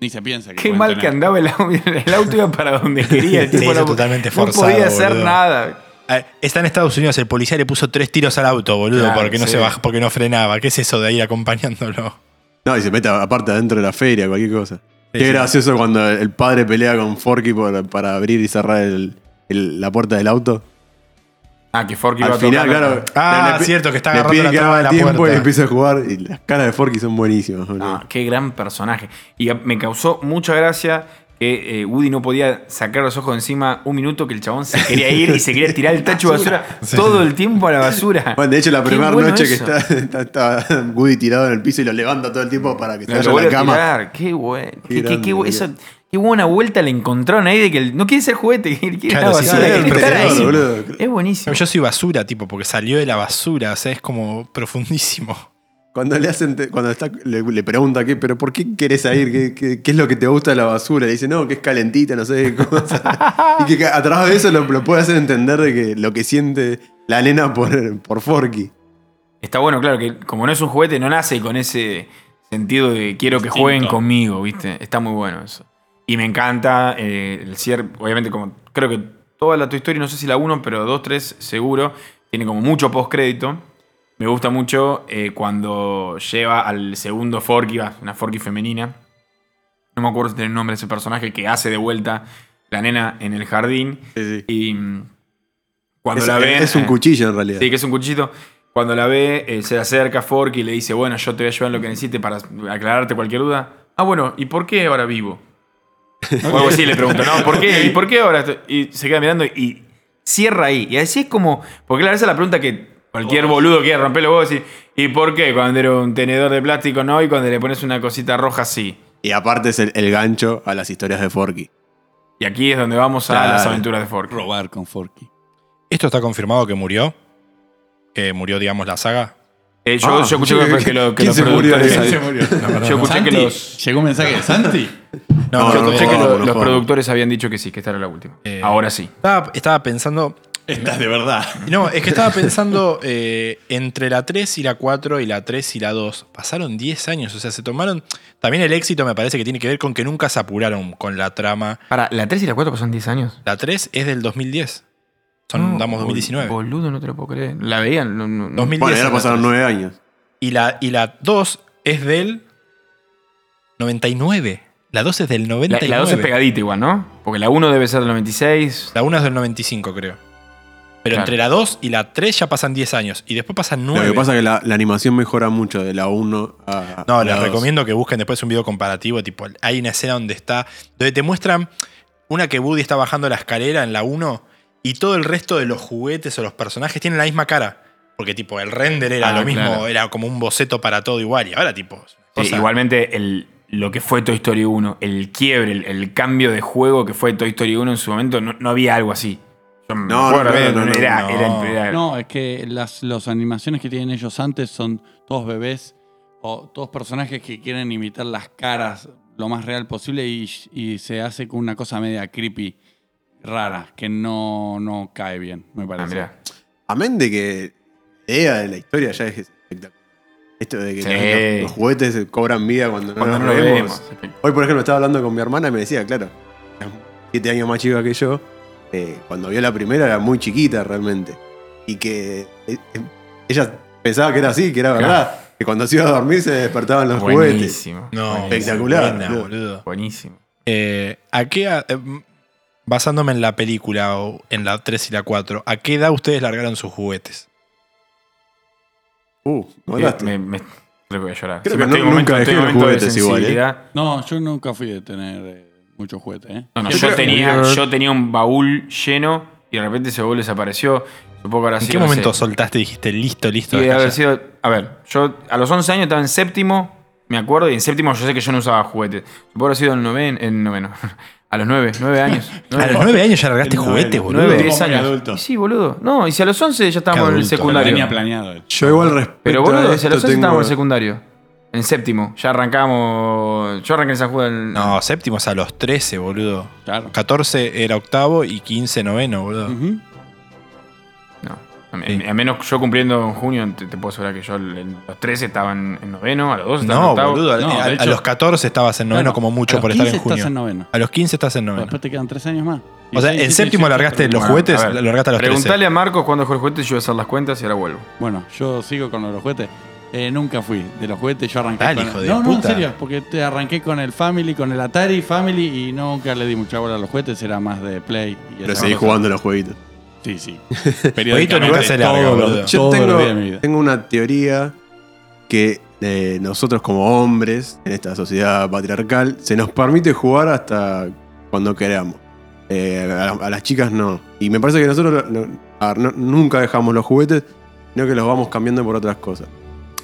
Speaker 3: ni se piensa. Que
Speaker 5: Qué
Speaker 3: pueden
Speaker 5: mal
Speaker 3: tener.
Speaker 5: que andaba el, au- el auto iba para donde quería. El
Speaker 4: Sí,
Speaker 5: tipo
Speaker 4: eso
Speaker 5: no-
Speaker 4: totalmente
Speaker 5: No
Speaker 4: forzado,
Speaker 5: podía hacer
Speaker 4: boludo.
Speaker 5: nada.
Speaker 4: eh, está en Estados Unidos, el policía le puso tres tiros al auto, boludo,
Speaker 5: Claro,
Speaker 4: porque no
Speaker 5: sí.
Speaker 4: se baj- porque no frenaba. ¿Qué es eso de ir acompañándolo?
Speaker 2: No, y se mete aparte adentro de la feria, cualquier cosa. Qué gracioso cuando el padre pelea con Forky por- para abrir y cerrar el- el- la puerta del auto.
Speaker 5: Ah, que Forky va
Speaker 2: Al
Speaker 5: a
Speaker 2: final,
Speaker 5: tocar.
Speaker 2: claro.
Speaker 4: Ah,
Speaker 2: pi-
Speaker 4: cierto, que está
Speaker 2: le
Speaker 4: agarrando
Speaker 2: piden
Speaker 4: la
Speaker 2: que
Speaker 4: traba
Speaker 2: haga
Speaker 4: de la
Speaker 2: tiempo
Speaker 4: puerta.
Speaker 2: y empieza a jugar. Y las caras de Forky son buenísimas. boludo.
Speaker 5: Ah, qué gran personaje. Y a- me causó mucha gracia que eh, Woody no podía sacar los ojos de encima un minuto que el chabón se quería ir y se quería tirar el tacho de basura todo el tiempo a la basura.
Speaker 2: Bueno, de hecho, la
Speaker 5: Qué
Speaker 2: primera
Speaker 5: bueno
Speaker 2: noche
Speaker 5: eso.
Speaker 2: que está, está, está Woody tirado en el piso y lo levanta todo el tiempo para que se
Speaker 5: Lo
Speaker 2: vaya a
Speaker 5: vuelve
Speaker 2: la
Speaker 5: a
Speaker 2: cama.
Speaker 5: tirar. Qué bueno. Qué, qué-
Speaker 2: grande,
Speaker 5: qué bu-
Speaker 2: boludo.
Speaker 5: eso- qué buena vuelta le encontraron ahí de que el- no quiere ser juguete, que quiere
Speaker 4: Claro,
Speaker 5: la
Speaker 4: sí,
Speaker 5: basura,
Speaker 4: sí,
Speaker 5: quiere
Speaker 4: el
Speaker 5: estar
Speaker 2: profesor,
Speaker 5: ahí.
Speaker 2: boludo.
Speaker 5: Es buenísimo.
Speaker 4: Yo soy basura, tipo, porque salió de la basura, o sea, es como profundísimo.
Speaker 2: Cuando le hacen, te- cuando está, le, le pregunta qué, pero ¿por qué querés salir? ¿Qué, qué, qué es lo que te gusta de la basura? Le dice, no, que es calentita, no sé qué cosa. y que a través de eso lo, lo puede hacer entender de que lo que siente la nena por, por Forky.
Speaker 5: Está bueno, claro, que como no es un juguete, no nace con ese sentido de quiero que jueguen conmigo, ¿viste? Está muy bueno eso. Y me encanta eh, el cierre, obviamente, como creo que toda la tu historia, no sé si la 1, pero 2, 3 seguro, tiene como mucho postcrédito. Me gusta mucho eh, cuando lleva al segundo Forky, va, una Forky femenina. No me acuerdo si tiene el nombre de ese personaje que hace de vuelta la nena en el jardín. Y mm, cuando
Speaker 2: Es,
Speaker 5: la ven.
Speaker 2: es un
Speaker 5: eh,
Speaker 2: cuchillo en realidad.
Speaker 5: Sí, que es un cuchillito. Cuando la ve, eh, se le acerca a Forky y le dice, bueno, yo te voy a ayudar en lo que necesites para aclararte cualquier duda. Ah, bueno, ¿y por qué ahora vivo? O algo así le pregunto, ¿no? ¿Por qué? ¿Y por qué ahora? estoy-?" Y se queda mirando y cierra ahí. Y así es como, porque claro, esa es la pregunta que cualquier
Speaker 2: Oh.
Speaker 5: boludo quiere romper los huevos y decir, ¿y por qué cuando era un tenedor de plástico no? Y cuando le pones una cosita roja sí.
Speaker 2: Y aparte es el, el gancho a las historias de Forky.
Speaker 5: Y aquí es donde vamos a
Speaker 2: Claro.
Speaker 5: las aventuras de Forky.
Speaker 3: Robar con Forky.
Speaker 4: ¿Esto está confirmado que murió? ¿Que murió, digamos, la saga?
Speaker 5: Eh, yo, yo escuché que, que lo, que
Speaker 2: Ah, ¿Quién
Speaker 5: los
Speaker 2: se murió de
Speaker 5: productores-
Speaker 2: esa?
Speaker 5: Yo escuché que
Speaker 3: Santi,
Speaker 5: los...
Speaker 3: Llegó un mensaje de Santi.
Speaker 2: No,
Speaker 5: Yo
Speaker 2: no,
Speaker 5: escuché
Speaker 2: no,
Speaker 5: que
Speaker 2: no,
Speaker 5: lo-
Speaker 2: no,
Speaker 5: los
Speaker 2: no.
Speaker 5: productores habían dicho que sí, que esta era la última.
Speaker 4: Eh,
Speaker 5: Ahora sí.
Speaker 4: Estaba, estaba pensando.
Speaker 6: Esta es de verdad.
Speaker 4: No, es que estaba pensando eh, entre la 3 y la 4 y la 3 y la 2. Pasaron 10 años, o sea, se tomaron. También el éxito me parece que tiene que ver con que nunca se apuraron con la trama.
Speaker 5: Para, la 3 y la 4 pasaron 10 años.
Speaker 4: La 3 es del 2010. Son,
Speaker 5: No,
Speaker 4: damos
Speaker 5: bol-
Speaker 4: 2019.
Speaker 5: Boludo, no te lo puedo creer. La veían. No, no, no.
Speaker 4: 2010
Speaker 2: Bueno, y ahora
Speaker 4: es la
Speaker 2: pasaron
Speaker 4: 3.
Speaker 2: nueve años.
Speaker 4: Y la, y la 2 es del 99. La 2 es del
Speaker 5: La,
Speaker 4: 99.
Speaker 5: la 2 es pegadita igual, ¿no? Porque la 1 debe ser del 96.
Speaker 4: La 1 es del 95, creo. Pero
Speaker 5: Claro.
Speaker 4: entre la 2 y la 3 ya pasan 10 años. Y después pasan 9.
Speaker 2: Lo que pasa es que la, la animación mejora mucho de la 1 a
Speaker 4: No,
Speaker 2: a
Speaker 4: les
Speaker 2: la 2.
Speaker 4: recomiendo que busquen después un video comparativo. Tipo, hay una escena donde está. Donde te muestran una que Woody está bajando la escalera en la 1 y todo el resto de los juguetes o los personajes tienen la misma cara. Porque, tipo, el render era
Speaker 5: Ah,
Speaker 4: lo mismo,
Speaker 5: claro.
Speaker 4: era como un boceto para todo igual. Y ahora, tipo. es
Speaker 5: Sí,
Speaker 4: una cosa-
Speaker 5: Eh, igualmente, el, lo que fue Toy Story 1, el quiebre, el, el cambio de juego que fue Toy Story 1 en su momento, no, no había algo así. Yo me
Speaker 2: No,
Speaker 5: acuerdo,
Speaker 2: no,
Speaker 5: era-
Speaker 2: no, no,
Speaker 5: era-
Speaker 4: no.
Speaker 5: era- era-
Speaker 3: No, es que las los animaciones que tienen ellos antes son todos bebés o todos personajes que quieren imitar las caras lo más real posible y, y se hace con una cosa media creepy, rara, que no, no cae bien, me
Speaker 5: Ah,
Speaker 3: parece.
Speaker 5: mirá.
Speaker 2: Amén de que la idea de la historia ya es espectacular. Esto de que
Speaker 5: Sí.
Speaker 2: los, los juguetes cobran vida cuando,
Speaker 5: Cuando
Speaker 2: no
Speaker 5: no
Speaker 2: los
Speaker 5: lo
Speaker 2: vemos.
Speaker 5: vemos.
Speaker 2: Hoy, por ejemplo, estaba hablando con mi hermana y me decía, claro, era siete años más chica que yo, eh, cuando vio la primera era muy chiquita realmente. Y que eh, eh, ella pensaba que era así, que era verdad. Que cuando se iba a dormir se despertaban los juguetes.
Speaker 5: Buenísimo.
Speaker 4: No,
Speaker 2: Espectacular,
Speaker 4: buena,
Speaker 2: boludo.
Speaker 4: boludo.
Speaker 5: Buenísimo.
Speaker 4: Eh, ¿A qué a- eh, basándome en la película o en la 3 y la 4, ¿a qué edad ustedes largaron sus juguetes?
Speaker 2: Uh, me
Speaker 5: Eh,
Speaker 2: mataste.
Speaker 5: Me, me- creo que voy a llorar.
Speaker 2: Creo que
Speaker 5: Siempre
Speaker 2: no-
Speaker 5: estoy en un
Speaker 2: nunca
Speaker 5: estoy en un
Speaker 2: dejé los juguetes
Speaker 5: de
Speaker 2: igual, ¿eh?
Speaker 5: sensibilidad.
Speaker 3: No, yo nunca fui de tener eh, muchos juguetes. ¿eh?
Speaker 5: No, no,
Speaker 3: Siempre
Speaker 5: yo,
Speaker 3: fui
Speaker 5: tenía,
Speaker 3: muy-
Speaker 5: yo tenía un baúl lleno y de repente ese baúl desapareció. Supongo que ahora
Speaker 4: ¿En
Speaker 5: sí,
Speaker 4: qué
Speaker 5: no
Speaker 4: momento
Speaker 5: sé.
Speaker 4: soltaste y dijiste listo, listo?
Speaker 5: Y debe
Speaker 4: acá
Speaker 5: haber
Speaker 4: ya?
Speaker 5: sido- a ver, yo a los 11 años estaba en séptimo, me acuerdo, y en séptimo yo sé que yo no usaba juguetes. Supongo que haber sido en noven, en noveno. A los nueve, nueve años.
Speaker 4: A
Speaker 5: Nueve,
Speaker 4: los 9 años ya largaste juguetes, boludo.
Speaker 5: nueve, diez
Speaker 6: Como muy
Speaker 5: años.
Speaker 6: adulto.
Speaker 5: Y sí, boludo. No, y si a los 11 ya estábamos
Speaker 4: Qué
Speaker 5: en el
Speaker 4: adulto.
Speaker 3: lo
Speaker 5: secundario.
Speaker 3: tenía planeado.
Speaker 2: Yo igual respeto
Speaker 5: Pero
Speaker 2: a
Speaker 5: boludo, si
Speaker 2: esto
Speaker 5: a los 11
Speaker 2: tengo-
Speaker 5: estábamos en el secundario. En séptimo, ya arrancamos. Yo arranqué en San Juan. en-
Speaker 4: No, séptimos a los 13, boludo.
Speaker 3: Claro.
Speaker 4: 14 era octavo y 15 noveno, boludo.
Speaker 3: Ujú.
Speaker 5: No. A-
Speaker 4: Sí.
Speaker 5: A, menos yo cumpliendo en junio, te, te puedo asegurar que yo el- el- los 13 estaban en noveno, a los 12 estaban en
Speaker 4: No,
Speaker 5: octavo.
Speaker 4: boludo. a-
Speaker 3: No, de
Speaker 4: a, a
Speaker 3: hecho-
Speaker 4: los 14 estabas en noveno
Speaker 3: Claro,
Speaker 4: como
Speaker 3: a
Speaker 4: mucho
Speaker 3: los
Speaker 4: por estar en
Speaker 3: 15
Speaker 4: junio.
Speaker 3: estás en noveno.
Speaker 4: A los 15 estás en noveno.
Speaker 3: Después te quedan tres años más.
Speaker 4: O sea,
Speaker 3: Dieciséis,
Speaker 4: en
Speaker 3: diecisiete,
Speaker 4: séptimo
Speaker 3: dieciocho,
Speaker 4: largaste
Speaker 3: treinta.
Speaker 4: los juguetes,
Speaker 5: a ver,
Speaker 4: lo largaste a los 13.
Speaker 5: Preguntale a Marcos cuándo dejó el juguete, yo voy a hacer las cuentas y ahora vuelvo.
Speaker 3: Bueno, yo sigo con los juguetes. Eh, nunca fui de los juguetes, yo arranqué
Speaker 4: Dale,
Speaker 3: con
Speaker 4: hijo
Speaker 3: el...
Speaker 4: de
Speaker 3: No, no, en
Speaker 4: puta.
Speaker 3: serio, porque te arranqué con el Family, con el Atari Family y nunca le di mucha bola a los juguetes, era más de Play. Y
Speaker 2: Pero
Speaker 3: esas
Speaker 2: seguí
Speaker 3: cosas.
Speaker 2: jugando los jueguitos.
Speaker 3: Sí, sí.
Speaker 4: Jueguito nunca se larga,
Speaker 3: Todos los-
Speaker 4: boludo.
Speaker 2: Yo
Speaker 3: Todo el
Speaker 2: tengo,
Speaker 3: día de mi vida.
Speaker 2: tengo una teoría que eh, nosotros como hombres, en esta sociedad patriarcal, se nos permite jugar hasta cuando queramos. Eh, a, a las chicas no. Y me parece que nosotros no- a ver, no- nunca dejamos los juguetes, sino que los vamos cambiando por otras cosas.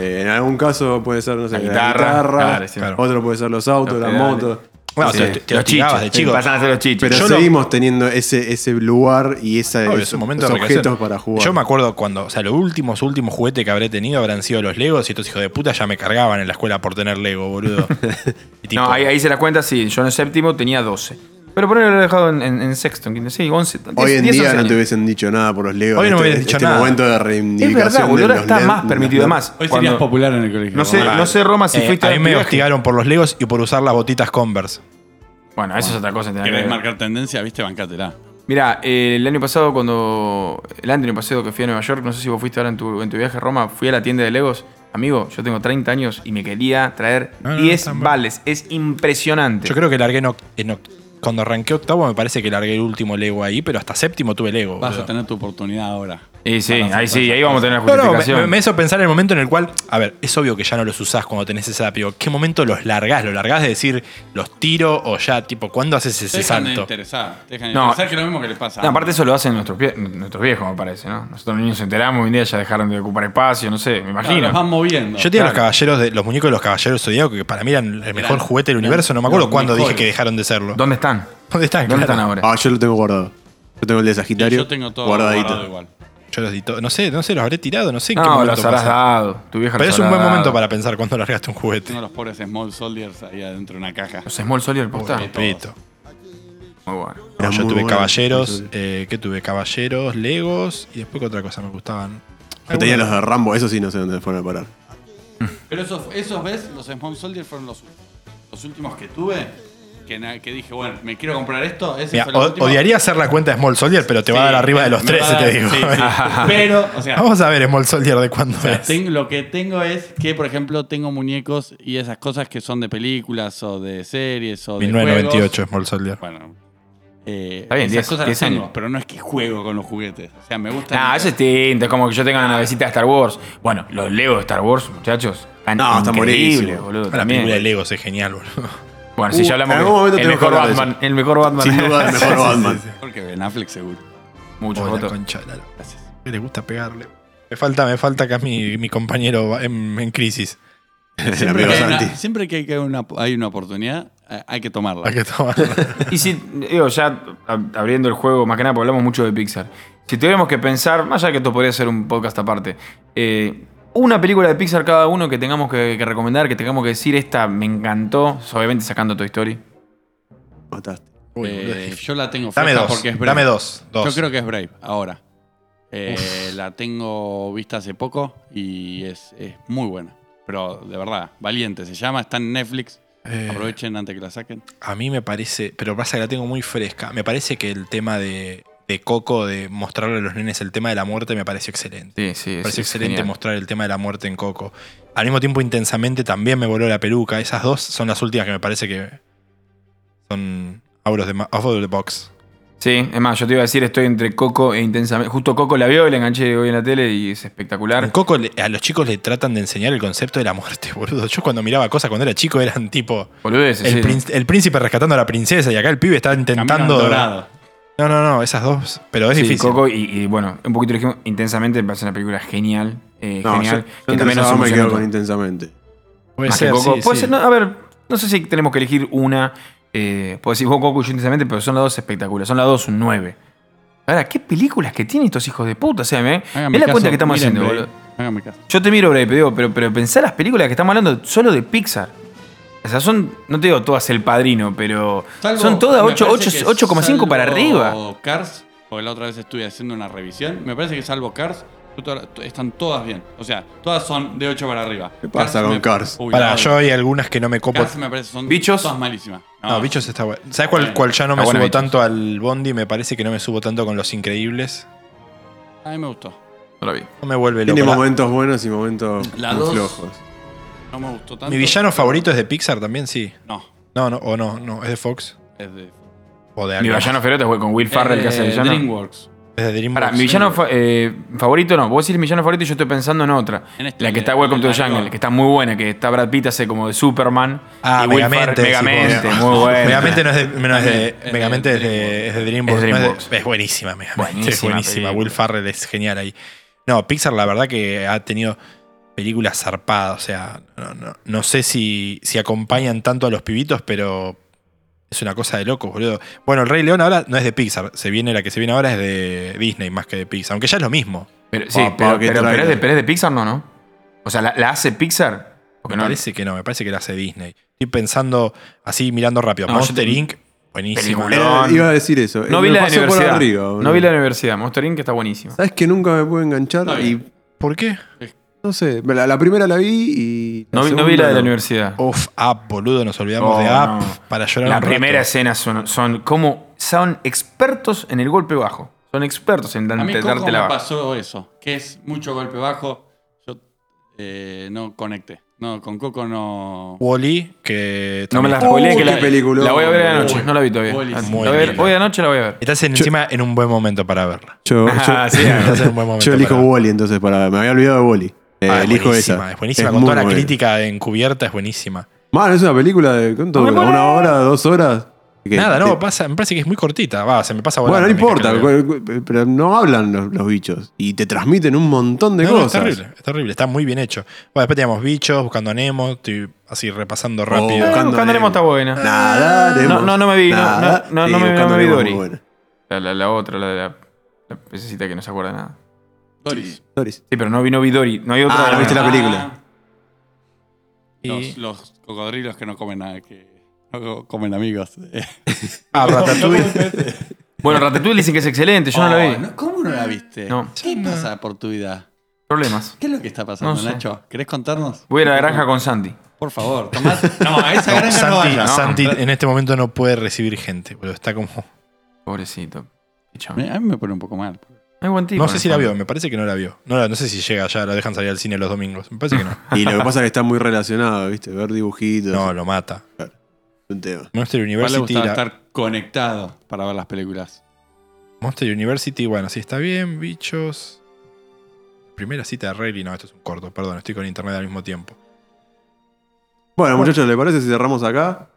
Speaker 2: Eh, en algún caso puede ser, no sé,
Speaker 5: La
Speaker 2: la
Speaker 5: guitarra,
Speaker 2: guitarra,
Speaker 5: claro, sí.
Speaker 4: Claro.
Speaker 2: otro puede ser los autos,
Speaker 5: Los
Speaker 2: las
Speaker 5: pedales.
Speaker 2: motos.
Speaker 4: Bueno,
Speaker 5: Sí.
Speaker 4: te- te
Speaker 5: chichos.
Speaker 4: los tirabas de chico.
Speaker 5: Sí, pasan a ser los chichos.
Speaker 2: Pero
Speaker 4: Yo lo-
Speaker 2: seguimos teniendo ese, ese lugar y esa-
Speaker 4: Obvio, es
Speaker 2: esos
Speaker 4: un momento de
Speaker 2: objetos
Speaker 4: recreación.
Speaker 2: para jugar.
Speaker 4: Yo me acuerdo cuando, o sea, los últimos, últimos juguetes que habré tenido habrán sido los Legos y estos hijos de puta ya me cargaban en la escuela por tener Lego, boludo. Y tipo,
Speaker 5: no, ahí, ahí se las cuentas, sí. Yo en el séptimo tenía 12. Pero por ahí lo he dejado en, en- en sexto, en quinto, sí, 11.
Speaker 2: Hoy
Speaker 5: 10,
Speaker 2: en
Speaker 5: 10,
Speaker 2: día
Speaker 5: 11
Speaker 2: no te
Speaker 5: años.
Speaker 2: hubiesen dicho nada por los Legos.
Speaker 4: Hoy no
Speaker 2: este,
Speaker 4: me hubiesen dicho
Speaker 2: este
Speaker 4: nada.
Speaker 2: momento de
Speaker 5: Es
Speaker 2: reivindicación.
Speaker 5: verdad,
Speaker 2: de
Speaker 5: boludo, ahora
Speaker 2: los
Speaker 5: está
Speaker 2: nerds,
Speaker 5: más
Speaker 2: de
Speaker 5: permitido.
Speaker 2: los
Speaker 5: Además,
Speaker 3: Hoy
Speaker 5: cuando-
Speaker 3: serías popular en el colegio.
Speaker 5: no sé,
Speaker 3: Bueno,
Speaker 5: no sé, Roma, si
Speaker 4: eh,
Speaker 5: fuiste
Speaker 4: a
Speaker 5: de
Speaker 4: mí me
Speaker 5: viaje.
Speaker 4: hostigaron por los Legos y por usar las botitas Converse.
Speaker 5: Bueno, eso es otra cosa. tenés
Speaker 3: ¿Querés
Speaker 5: que-
Speaker 3: marcar tendencia? Viste, bancátela.
Speaker 5: Mirá, eh, el año pasado cuando... El año pasado que fui a Nueva York, no sé si vos fuiste ahora en tu, en tu viaje a Roma, fui a la tienda de Legos. Amigo, yo tengo 30 años y me quería traer
Speaker 4: No, no, no,
Speaker 5: 10
Speaker 4: están buenos.
Speaker 5: vales. Es impresionante.
Speaker 4: Yo creo que largué en oct- en oct- Cuando arranqué octavo me parece que largué el último Lego ahí, pero hasta séptimo tuve Lego.
Speaker 3: Vas
Speaker 4: boludo.
Speaker 3: a tener tu oportunidad ahora.
Speaker 5: Y sí,
Speaker 3: Para
Speaker 5: ahí
Speaker 3: hacer
Speaker 5: sí,
Speaker 3: cosas.
Speaker 5: ahí vamos a tener la
Speaker 4: No, no, me,
Speaker 5: justificación.
Speaker 4: me- me hizo pensar en el momento en el cual, a ver, es obvio que ya no los usás cuando tenés esa edad, pero ¿qué momento los largás? ¿Los largás de decir los tiro o ya, tipo, cuándo haces ese
Speaker 3: Te dejan de
Speaker 4: salto?
Speaker 3: interesar. Te dejan de
Speaker 5: No.
Speaker 3: interesar, que es lo mismo que le pasa. a
Speaker 5: No, aparte eso lo hacen nuestros, pie- nuestros viejos, me parece, ¿no? Nosotros los niños nos enteramos, hoy en día ya dejaron de ocupar espacio, no sé, me
Speaker 3: Claro,
Speaker 5: imagino.
Speaker 3: Los van moviendo.
Speaker 4: Yo tenía
Speaker 5: Claro.
Speaker 4: los caballeros de, los muñecos de los caballeros zodíacos que para mí eran el mejor
Speaker 3: Eran-
Speaker 4: juguete del
Speaker 3: eran
Speaker 4: universo. No me
Speaker 3: los
Speaker 4: acuerdo cuándo dije
Speaker 3: mejores.
Speaker 4: que dejaron de serlo.
Speaker 5: ¿Dónde están?
Speaker 4: ¿Dónde están?
Speaker 5: ¿Dónde
Speaker 4: Claro.
Speaker 5: están ahora?
Speaker 2: Ah, yo lo tengo guardado. Yo tengo el de Sagitario.
Speaker 3: Yo tengo todo
Speaker 2: guardadito.
Speaker 3: guardado igual.
Speaker 4: Yo los di to- No sé, no sé, los habré tirado, no sé en qué
Speaker 5: No,
Speaker 4: momento.
Speaker 5: los habrás
Speaker 4: pasa.
Speaker 5: dado. Tu vieja
Speaker 4: Pero
Speaker 5: los
Speaker 4: es un
Speaker 5: habrá
Speaker 4: buen momento
Speaker 5: dado.
Speaker 4: para pensar cuándo largaste un juguete.
Speaker 3: Tengo los pobres Small Soldiers ahí adentro de una caja.
Speaker 5: Los Small Soldier posta.
Speaker 3: Uy,
Speaker 4: Pito.
Speaker 5: Muy bueno.
Speaker 4: No,
Speaker 2: Era
Speaker 4: yo
Speaker 2: muy
Speaker 4: tuve
Speaker 2: bueno.
Speaker 4: caballeros, eh, ¿qué tuve? Caballeros, Legos y después qué otra cosa me gustaban.
Speaker 2: Yo tenía los de Rambo, eso sí no sé dónde fueron a parar.
Speaker 3: Pero esos, esos ves, los Small Soldiers fueron los, los últimos que tuve. Que, na- que dije, bueno, me quiero comprar esto. Ese
Speaker 4: Mira,
Speaker 3: fue el
Speaker 4: o-
Speaker 3: último.
Speaker 4: odiaría hacer la cuenta de Small Soldier, pero te va
Speaker 3: Sí,
Speaker 4: a dar arriba de los
Speaker 3: me va
Speaker 4: 13,
Speaker 3: a
Speaker 4: te
Speaker 3: dar-
Speaker 4: digo.
Speaker 3: sí, sí. Pero, o sea,
Speaker 4: Vamos a ver Small Soldier de cuándo
Speaker 3: o sea,
Speaker 4: es.
Speaker 3: tengo- lo que tengo es que, por ejemplo, tengo muñecos y esas cosas que son de películas o de series o de.
Speaker 4: 1998 Small Soldier.
Speaker 3: juegos. Bueno. eh,
Speaker 5: Está bien,
Speaker 3: esas
Speaker 5: 10,
Speaker 3: cosas las
Speaker 5: 10 años.
Speaker 3: tengo, pero no es que juego con los juguetes. O sea, me gusta.
Speaker 5: Ah, eso es distinto, es como que yo tenga una navecita de Star Wars. Bueno, los Lego de Star Wars, muchachos. Están
Speaker 2: No, están
Speaker 5: increíbles,
Speaker 2: buenísimos.
Speaker 5: boludo.
Speaker 4: La
Speaker 5: También.
Speaker 4: película de Legos es genial, boludo.
Speaker 5: Bueno, si
Speaker 2: Uh,
Speaker 5: ya hablamos
Speaker 2: en
Speaker 5: que
Speaker 2: algún momento
Speaker 5: el
Speaker 2: tenemos que
Speaker 5: mejor
Speaker 2: hablar de
Speaker 5: Batman, el mejor Batman.
Speaker 2: Sin duda el
Speaker 5: Sí,
Speaker 2: mejor
Speaker 5: sí, sí,
Speaker 2: Batman.
Speaker 5: sí.
Speaker 3: Porque Ben Affleck seguro.
Speaker 5: Muchos
Speaker 4: Oh, la
Speaker 5: votos.
Speaker 4: concha de la lora. ¿Qué le gusta pegarle? Me falta, me falta acá mi, mi compañero va- en, en crisis.
Speaker 2: Se la pegó
Speaker 3: que hay una-
Speaker 2: Santi.
Speaker 3: siempre que hay una, hay una oportunidad, eh, hay que tomarla.
Speaker 4: Hay que tomar.
Speaker 3: Eh,
Speaker 5: Y si, digo, ya ab- abriendo el juego, más que nada, porque hablamos mucho de Pixar. Si tuviéramos que pensar, más allá que esto podría ser un podcast aparte, eh, una película de Pixar cada uno que tengamos que, que recomendar, que tengamos que decir, esta me encantó, obviamente sacando Toy Story.
Speaker 2: Mataste.
Speaker 4: Uy,
Speaker 3: Eh,
Speaker 4: boludo, es-
Speaker 3: yo la tengo fresca
Speaker 4: dame dos.
Speaker 3: porque es Brave.
Speaker 4: Dame dos. dos.
Speaker 3: Yo creo que es Brave, ahora. Eh, la tengo vista hace poco y es, es muy buena. Pero de verdad, valiente se llama, está en Netflix.
Speaker 4: Eh,
Speaker 3: Aprovechen antes que la saquen.
Speaker 4: A mí me parece, pero pasa que la tengo muy fresca. Me parece que el tema de, de Coco, de mostrarle a los nenes el tema de la muerte, me pareció
Speaker 5: Sí,
Speaker 4: excelente.
Speaker 5: sí,
Speaker 4: Me
Speaker 5: es-
Speaker 4: pareció
Speaker 5: es
Speaker 4: excelente
Speaker 5: genial.
Speaker 4: mostrar el tema de la muerte en Coco. Al mismo tiempo, intensamente también me voló la peluca. Esas dos son las últimas que me parece que son out of the, ma- out of the box.
Speaker 5: Sí, es más, yo te iba a decir, estoy entre Coco e Intensamente. Justo Coco la vio y la enganché hoy en la tele y es espectacular.
Speaker 4: En Coco le- a los chicos le tratan de enseñar el concepto de la muerte, boludo. Yo cuando miraba cosas cuando era chico eran tipo
Speaker 5: Boludez,
Speaker 4: el,
Speaker 5: sí.
Speaker 4: prín- el príncipe rescatando a la princesa y acá el pibe está
Speaker 3: Camino
Speaker 4: intentando.
Speaker 3: Dorado.
Speaker 4: No, no, no, esas dos. Pero es
Speaker 5: Sí,
Speaker 4: difícil.
Speaker 5: Coco y, y, bueno, un poquito lo dijimos, Intensamente me parece una película genial. eh,
Speaker 2: No, yo, yo
Speaker 5: genial. que
Speaker 2: entre
Speaker 5: también nos
Speaker 2: esas dos me
Speaker 5: emocionó
Speaker 2: quedo
Speaker 5: un
Speaker 2: con intensamente.
Speaker 4: Puede
Speaker 5: Más
Speaker 4: ser,
Speaker 5: que Coco.
Speaker 4: sí,
Speaker 5: Puede
Speaker 4: sí.
Speaker 5: ser, no, a ver, no sé si tenemos que elegir una. Eh, puedo decir vos Coco y yo intensamente, pero son las dos espectaculares. Son las dos un 9. Ahora, ¿qué películas que tienen estos hijos de puta? O sea, me,
Speaker 3: Háganme
Speaker 5: mirá la
Speaker 3: caso,
Speaker 5: cuenta que estamos
Speaker 3: miren eh,
Speaker 5: haciendo,
Speaker 3: Brave.
Speaker 5: boludo.
Speaker 3: Háganme caso.
Speaker 5: Yo te miro, Brave, pero, pero, pero pensá las películas que estamos hablando solo de Pixar. O sea, son, no te digo todas El Padrino, pero
Speaker 3: Salvo-
Speaker 5: son todas
Speaker 3: me
Speaker 5: ocho-
Speaker 3: parece
Speaker 5: ocho-
Speaker 3: que
Speaker 5: 8,5 para
Speaker 3: salvo
Speaker 5: arriba.
Speaker 3: Cars, porque la otra vez estuve haciendo una revisión. Me parece que salvo Cars, todas- están todas bien. O sea, todas son de 8 para arriba. ¿Qué
Speaker 2: pasa con Cars?
Speaker 4: Para, yo hay algunas que no me copo.
Speaker 3: Cars me parece son
Speaker 5: pues, ¿Bichos?
Speaker 3: todas malísimas.
Speaker 4: No, bichos está bueno. ¿Sabes cuál,
Speaker 3: Bueno,
Speaker 4: cuál ya no
Speaker 5: está
Speaker 4: me
Speaker 5: bueno
Speaker 4: subo
Speaker 5: Bichos.
Speaker 4: tanto al Bondi? Me parece que no me subo tanto con los increíbles.
Speaker 3: A mí me gustó.
Speaker 5: No la vi.
Speaker 4: No me vuelve
Speaker 2: Tiene
Speaker 4: loco. La-
Speaker 2: momentos buenos y momentos
Speaker 3: La
Speaker 2: muy
Speaker 3: dos-
Speaker 2: flojos.
Speaker 3: No me gustó tanto.
Speaker 4: Mi villano favorito es de Pixar también, sí.
Speaker 3: No,
Speaker 4: No, no, o no, no, es de Fox.
Speaker 3: es de.
Speaker 4: O de
Speaker 5: Mi
Speaker 4: algo.
Speaker 5: villano favorito es con Will Farrell que hace
Speaker 3: Eh,
Speaker 5: villano.
Speaker 3: DreamWorks.
Speaker 4: Es de Dreamworks.
Speaker 5: Pará, mi villano fa- eh, favorito no. Vos decís mi villano favorito y yo estoy pensando en otra.
Speaker 3: En este,
Speaker 5: la que está
Speaker 3: en
Speaker 5: Welcome to
Speaker 3: el
Speaker 5: the Jungle,
Speaker 3: largo.
Speaker 5: que está muy buena, que está Brad Pitt hace como de Superman.
Speaker 4: Ah,
Speaker 5: y Will
Speaker 4: Megamente,
Speaker 5: Farrell-
Speaker 4: decís vos.
Speaker 5: Megamente, muy buena.
Speaker 4: Megamente no es de, no es de-
Speaker 3: También, es de
Speaker 4: Megamente es de, es de
Speaker 5: Es
Speaker 4: Dreamworks. no es de-
Speaker 5: Dreamworks.
Speaker 4: Es, buenísima, Megamente. es
Speaker 5: Buenísima
Speaker 4: buenísima.
Speaker 5: película.
Speaker 4: Will Farrell es genial ahí. No, Pixar la verdad que ha tenido películas zarpadas. O sea, no, no- no sé si, si acompañan tanto a los pibitos, pero es una cosa de locos, boludo. Bueno, El Rey León ahora no es de Pixar. Se viene, la que se viene ahora es de Disney más que de Pixar. Aunque ya es lo mismo.
Speaker 5: Pero, sí,
Speaker 4: Ah,
Speaker 2: Papá,
Speaker 5: pero,
Speaker 2: qué
Speaker 5: pero- pero
Speaker 2: trailer.
Speaker 5: es de, pero es de Pixar, no, ¿no? O sea, ¿la, la hace Pixar? Porque
Speaker 4: Me
Speaker 5: no.
Speaker 4: parece que no, me parece que la hace Disney. Estoy pensando así, mirando rápido.
Speaker 5: No, yo
Speaker 4: Monster
Speaker 5: te-
Speaker 4: Inc. Buenísima.
Speaker 5: Película. León.
Speaker 2: Era- Eh, iba a decir eso.
Speaker 5: No
Speaker 2: Me
Speaker 5: vi la
Speaker 2: pasó por
Speaker 5: universidad.
Speaker 2: arriba,
Speaker 5: no
Speaker 2: boludo.
Speaker 5: vi la universidad. Monster Inc. está buenísima.
Speaker 2: Sabes que nunca me pude enganchar
Speaker 3: Está
Speaker 2: y
Speaker 3: bien.
Speaker 4: ¿Por qué?
Speaker 2: no sé. La, la primera la vi y.
Speaker 5: No, vi- no vi la
Speaker 2: segunda
Speaker 5: de la
Speaker 2: no.
Speaker 5: universidad.
Speaker 4: Off Up, boludo, nos olvidamos
Speaker 5: Oh,
Speaker 4: de
Speaker 5: no.
Speaker 4: Up para llorar
Speaker 5: La
Speaker 4: un Oh, rato.
Speaker 5: primera escena son, son como. Son expertos en el golpe bajo. Son expertos en
Speaker 3: A mí
Speaker 5: darte,
Speaker 3: Coco
Speaker 5: darte
Speaker 3: me
Speaker 5: la baja.
Speaker 3: pasó eso, que es mucho golpe bajo. Yo eh, no conecté. No, con Coco no.
Speaker 4: Wall-E, que
Speaker 5: No me
Speaker 4: también
Speaker 5: la
Speaker 4: está-
Speaker 5: spoileé,
Speaker 2: Uy,
Speaker 5: que la,
Speaker 2: qué peliculón.
Speaker 5: la voy a ver de noche.
Speaker 3: Uy,
Speaker 5: No la vi todavía.
Speaker 3: buenísimo.
Speaker 5: La voy a ver-
Speaker 4: Muy
Speaker 5: hoy de noche la voy a ver.
Speaker 4: Estás en- encima en un buen momento para verla.
Speaker 2: Yo, yo-
Speaker 5: Ah, sí,
Speaker 4: Estás en un buen momento
Speaker 2: yo elijo
Speaker 4: para-
Speaker 2: Wally entonces para. Me había olvidado de Wally. Eh,
Speaker 4: Ah, es
Speaker 2: elijo
Speaker 4: buenísima,
Speaker 2: esa.
Speaker 4: Es buenísima, con
Speaker 2: muy
Speaker 4: toda la
Speaker 2: buena.
Speaker 4: crítica encubierta, es buenísima.
Speaker 2: Mano, es una película de. ¿Cuánto
Speaker 5: Ah,
Speaker 2: dura? ¿Una hora? ¿Dos horas? Que-
Speaker 4: Nada,
Speaker 2: te-
Speaker 4: no, pasa, me parece que es muy cortita. Va, se me pasa
Speaker 2: Bueno, no
Speaker 4: volando, me
Speaker 2: importa,
Speaker 4: creo.
Speaker 2: cu- cu- pero no hablan los, los bichos y te transmiten un montón de
Speaker 4: No, no, es
Speaker 2: cosas.
Speaker 4: terrible, es terrible, está muy bien hecho. Bueno, después teníamos bichos, buscando a Nemo, estoy así repasando rápido.
Speaker 5: Buscando,
Speaker 2: Buscando
Speaker 5: Nemo
Speaker 2: Nemo.
Speaker 5: está buena.
Speaker 2: Nada,
Speaker 5: Ah. No, no, no me vi, no,
Speaker 2: nada.
Speaker 5: no, no, no
Speaker 2: Sí,
Speaker 5: me- no
Speaker 2: Buscando
Speaker 5: me vi
Speaker 2: Nemo es
Speaker 5: Dory.
Speaker 2: muy buena.
Speaker 5: La, la- la otra, la de la, la pececita que no se acuerda de nada.
Speaker 3: Doris.
Speaker 2: Doris.
Speaker 5: Sí, pero no vi, no vi Dory. No hay otra.
Speaker 2: Ah, no viste la película.
Speaker 3: Los, los cocodrilos que no comen nada, que no comen amigos.
Speaker 4: Ah, Ratatouille.
Speaker 5: Bueno, Ratatouille dicen que es excelente. Yo no la vi.
Speaker 3: Oh, no, ¿Cómo no la viste?
Speaker 5: No.
Speaker 3: ¿Qué pasa por tu vida?
Speaker 5: Problemas.
Speaker 3: ¿Qué es lo que está pasando,
Speaker 5: No sé.
Speaker 3: Nacho? ¿Querés contarnos?
Speaker 5: Voy a la granja con Santi.
Speaker 3: Por favor, Tomás. No, a esa granja no
Speaker 4: Santi,
Speaker 3: vayas.
Speaker 4: Santi en este momento no puede recibir gente, pero está como.
Speaker 5: Pobrecito. Qué chabón.
Speaker 3: Me- A mí me pone un poco mal.
Speaker 5: Hay buen tipo,
Speaker 4: No sé
Speaker 5: ¿eh?
Speaker 4: si la vio, me parece que no la vio. No, la- no sé si llega ya, la dejan salir al cine los domingos. Me parece que no.
Speaker 5: Ah.
Speaker 2: Y lo que pasa es que está muy relacionado, ¿viste? Ver dibujitos.
Speaker 4: No, lo mata.
Speaker 2: un tema.
Speaker 4: Monster
Speaker 3: Igual le
Speaker 4: University.
Speaker 3: gustaba
Speaker 4: la-
Speaker 3: estar conectado para ver las películas.
Speaker 4: Monster University, bueno, sí está bien, bichos. Primera cita de Rayleigh, no, esto es un corto, perdón, estoy con internet al mismo tiempo.
Speaker 2: Bueno, muchachos, ¿le parece si cerramos acá?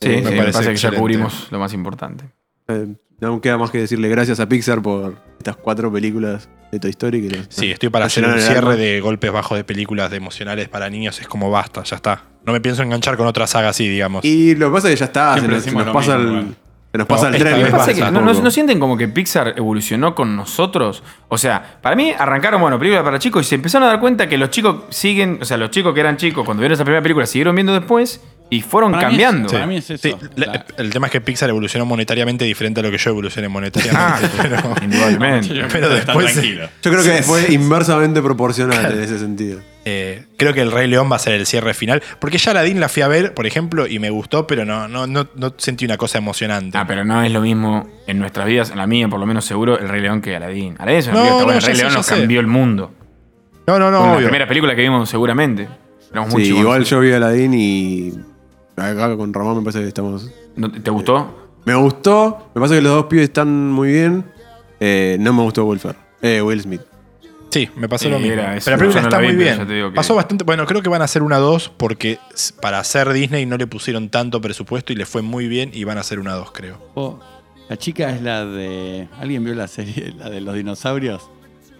Speaker 5: Sí,
Speaker 4: Eh, me
Speaker 5: sí, me
Speaker 4: parece
Speaker 5: parece que ya
Speaker 4: excelente.
Speaker 5: cubrimos lo más importante.
Speaker 2: Eh, no queda más que decirle gracias a Pixar por estas cuatro películas de Toy Story. Que nos-
Speaker 4: Sí, estoy para
Speaker 2: nos
Speaker 4: hacer un
Speaker 2: llenaron el
Speaker 4: cierre
Speaker 2: alma.
Speaker 4: de golpes bajos de películas de emocionales para niños, es como basta, ya está. No me pienso enganchar con otra saga así, digamos.
Speaker 2: Y lo que pasa es que ya está, se
Speaker 3: Siempre
Speaker 2: nos, se
Speaker 3: decimos
Speaker 2: nos
Speaker 3: lo
Speaker 2: pasa
Speaker 3: mismo,
Speaker 2: el,
Speaker 3: igual.
Speaker 2: se nos pasa
Speaker 4: No,
Speaker 2: el
Speaker 4: esta
Speaker 2: tren.
Speaker 4: vez
Speaker 2: me
Speaker 4: pasa
Speaker 5: Pasa que
Speaker 4: que
Speaker 5: no, no-
Speaker 2: poco.
Speaker 5: no sienten como que Pixar evolucionó con nosotros? O sea, para mí arrancaron, bueno, películas para chicos y se empezaron a dar cuenta que los chicos siguen, o sea, los chicos que eran chicos cuando vieron esa primera película siguieron viendo después y fueron
Speaker 3: Para mí es-
Speaker 5: cambiando.
Speaker 3: para mí es eso.
Speaker 4: Sí, la-
Speaker 3: La-
Speaker 4: el tema es que Pixar evolucionó monetariamente diferente a lo que yo evolucioné
Speaker 5: Ah,
Speaker 4: monetariamente. pero-
Speaker 5: indudablemente.
Speaker 4: pero después.
Speaker 2: Yo creo que fue inversamente proporcional en ese sentido.
Speaker 4: Eh, creo que el Rey León va a ser el cierre final. Porque ya Aladdin la fui a ver, por ejemplo, y me gustó, pero no, no, no, no sentí una cosa emocionante.
Speaker 5: Ah, pero no es lo mismo en nuestras vidas, en la mía por lo menos seguro, el Rey León que Aladdin. Aladdin es una
Speaker 4: No,
Speaker 5: película, está
Speaker 4: no,
Speaker 5: buena, el
Speaker 4: ya
Speaker 5: Rey
Speaker 4: sé,
Speaker 5: León
Speaker 4: ya
Speaker 5: nos
Speaker 4: sé.
Speaker 5: cambió el mundo.
Speaker 4: no, no,
Speaker 5: Fue
Speaker 4: no,
Speaker 5: la
Speaker 4: obvio.
Speaker 5: primera película que vimos seguramente. Éramos muy
Speaker 2: Sí,
Speaker 5: chicos.
Speaker 2: igual yo vi Aladdin y. Acá con Ramón me parece que estamos.
Speaker 5: ¿No- ¿Te gustó?
Speaker 2: Me gustó. Me pasa que los dos pibes están muy bien. Eh, no me gustó Will Ferrell. Eh, Will Smith.
Speaker 4: Sí, me pasó
Speaker 5: Sí,
Speaker 4: lo mismo.
Speaker 5: era eso.
Speaker 4: pero la
Speaker 5: Yo
Speaker 4: película
Speaker 5: no
Speaker 4: está
Speaker 5: la vi,
Speaker 4: muy
Speaker 5: pero ya te digo
Speaker 4: bien.
Speaker 5: que-
Speaker 4: Pasó bastante. Bueno, creo que van a hacer una 2 porque s- para hacer Disney no le pusieron tanto presupuesto y le fue muy bien y van a hacer una 2, creo.
Speaker 3: Oh, la chica es la de. ¿Alguien vio la serie? La de los dinosaurios.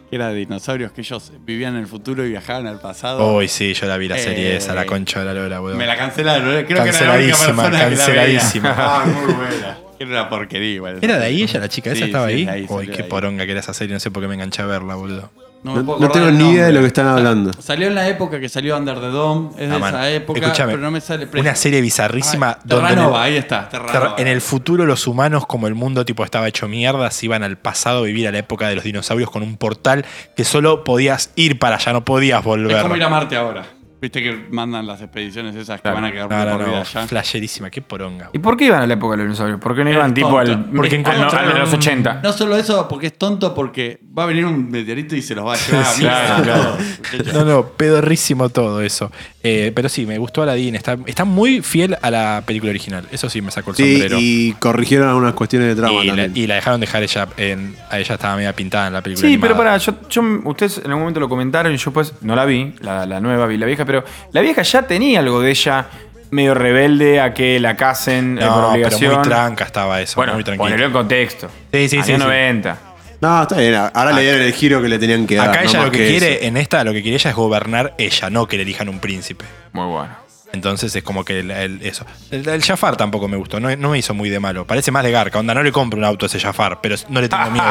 Speaker 3: Que era de dinosaurios que ellos vivían en el futuro y viajaban al pasado.
Speaker 4: Uy, sí, yo la vi la serie
Speaker 3: Eh,
Speaker 4: esa, la concha de la lora, weón.
Speaker 3: Me la cancelaron. eh. Creo que era la única
Speaker 4: Canceladísima,
Speaker 3: persona
Speaker 4: canceladísima.
Speaker 3: que la veía. Ah, muy buena. Era una porquería igual.
Speaker 4: ¿Era de ahí ella, la chica? ¿Esa
Speaker 3: Sí,
Speaker 4: estaba
Speaker 3: sí,
Speaker 4: ahí?
Speaker 3: de ahí,
Speaker 4: Uy,
Speaker 3: salió
Speaker 4: qué
Speaker 3: de ahí.
Speaker 4: poronga que era esa serie, no sé por qué me enganché a verla, boludo.
Speaker 3: No, me
Speaker 2: No,
Speaker 3: puedo
Speaker 2: no tengo
Speaker 3: acordar el
Speaker 2: ni idea de lo
Speaker 3: nombre.
Speaker 2: que están hablando.
Speaker 3: Salió en la época que salió Under the Dome, es de
Speaker 4: Ah, man.
Speaker 3: esa época,
Speaker 4: Escuchame,
Speaker 3: pero no me sale.
Speaker 4: Una serie bizarrísima donde. en el-
Speaker 3: Terranova, ahí está, Terranova.
Speaker 4: Terra- En el futuro los humanos, como el mundo tipo estaba hecho mierda, se iban al pasado a vivir a la época de los dinosaurios con un portal que solo podías ir para allá, no podías volver.
Speaker 3: Es como ir a Marte ahora. Viste que mandan las expediciones esas que van a quedar
Speaker 4: No,
Speaker 3: por vida
Speaker 4: no, no,
Speaker 3: allá.
Speaker 4: flasherísima, qué poronga.
Speaker 5: ¿Y por qué iban a la época de los dinosaurios? ¿Por qué no iban tipo
Speaker 3: tonto.
Speaker 5: al,
Speaker 4: Porque
Speaker 5: al-
Speaker 4: encontraron
Speaker 5: al de los
Speaker 4: un-
Speaker 5: 80?
Speaker 3: No solo eso, porque es tonto, porque va a venir un meteorito y se los va a llevar a mierda.
Speaker 5: claro, claro.
Speaker 3: Muchachos.
Speaker 4: No, no, pedorrísimo todo eso. Eh, pero sí, me gustó Aladdin. Está, está muy fiel a la película original. Eso sí, me sacó el
Speaker 2: Sí,
Speaker 4: sombrero.
Speaker 2: y corrigieron algunas cuestiones de trama
Speaker 4: Y la,
Speaker 2: también.
Speaker 4: y la dejaron dejar ella en, a ella estaba media pintada en la película.
Speaker 5: Sí, pero
Speaker 4: animada.
Speaker 5: pará, yo, yo- ustedes en algún momento lo comentaron y yo pues no la vi, la, la nueva vi la vieja, pero la vieja ya tenía algo de ella medio rebelde a que la casen eh, por
Speaker 4: No, pero
Speaker 5: obligación.
Speaker 4: muy tranca estaba eso.
Speaker 5: bueno,
Speaker 4: muy tranquila.
Speaker 5: ponelo en contexto.
Speaker 4: Sí, sí,
Speaker 5: Años
Speaker 4: sí, sí.
Speaker 5: 90.
Speaker 2: No, está bien. Ahora le dieron el giro que le tenían que dar.
Speaker 4: Acá
Speaker 2: no
Speaker 4: ella
Speaker 2: más
Speaker 4: lo que,
Speaker 2: eso.
Speaker 4: quiere, en esta, lo que quiere ella es gobernar ella, no que le elijan un príncipe.
Speaker 5: Muy bueno.
Speaker 4: Entonces es como que el- el- eso. El, el Jafar tampoco me gustó, no, no me hizo muy de malo. Parece más de Garca, onda, no le compro un auto a ese Jafar, pero no le tengo miedo.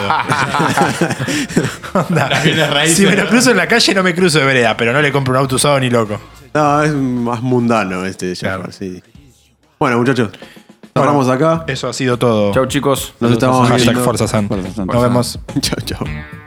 Speaker 4: Onda, si me lo cruzo en la calle, no me cruzo de vereda, pero no le compro un auto usado ni loco.
Speaker 2: No, es más mundano este Jafar,
Speaker 4: Claro.
Speaker 2: sí. Bueno, muchachos, cerramos acá.
Speaker 4: Eso ha sido todo.
Speaker 5: Chau chicos.
Speaker 2: Nos estamos
Speaker 4: Hashtag
Speaker 2: viendo.
Speaker 4: Forza San. Nos vemos.
Speaker 2: Chao, chao.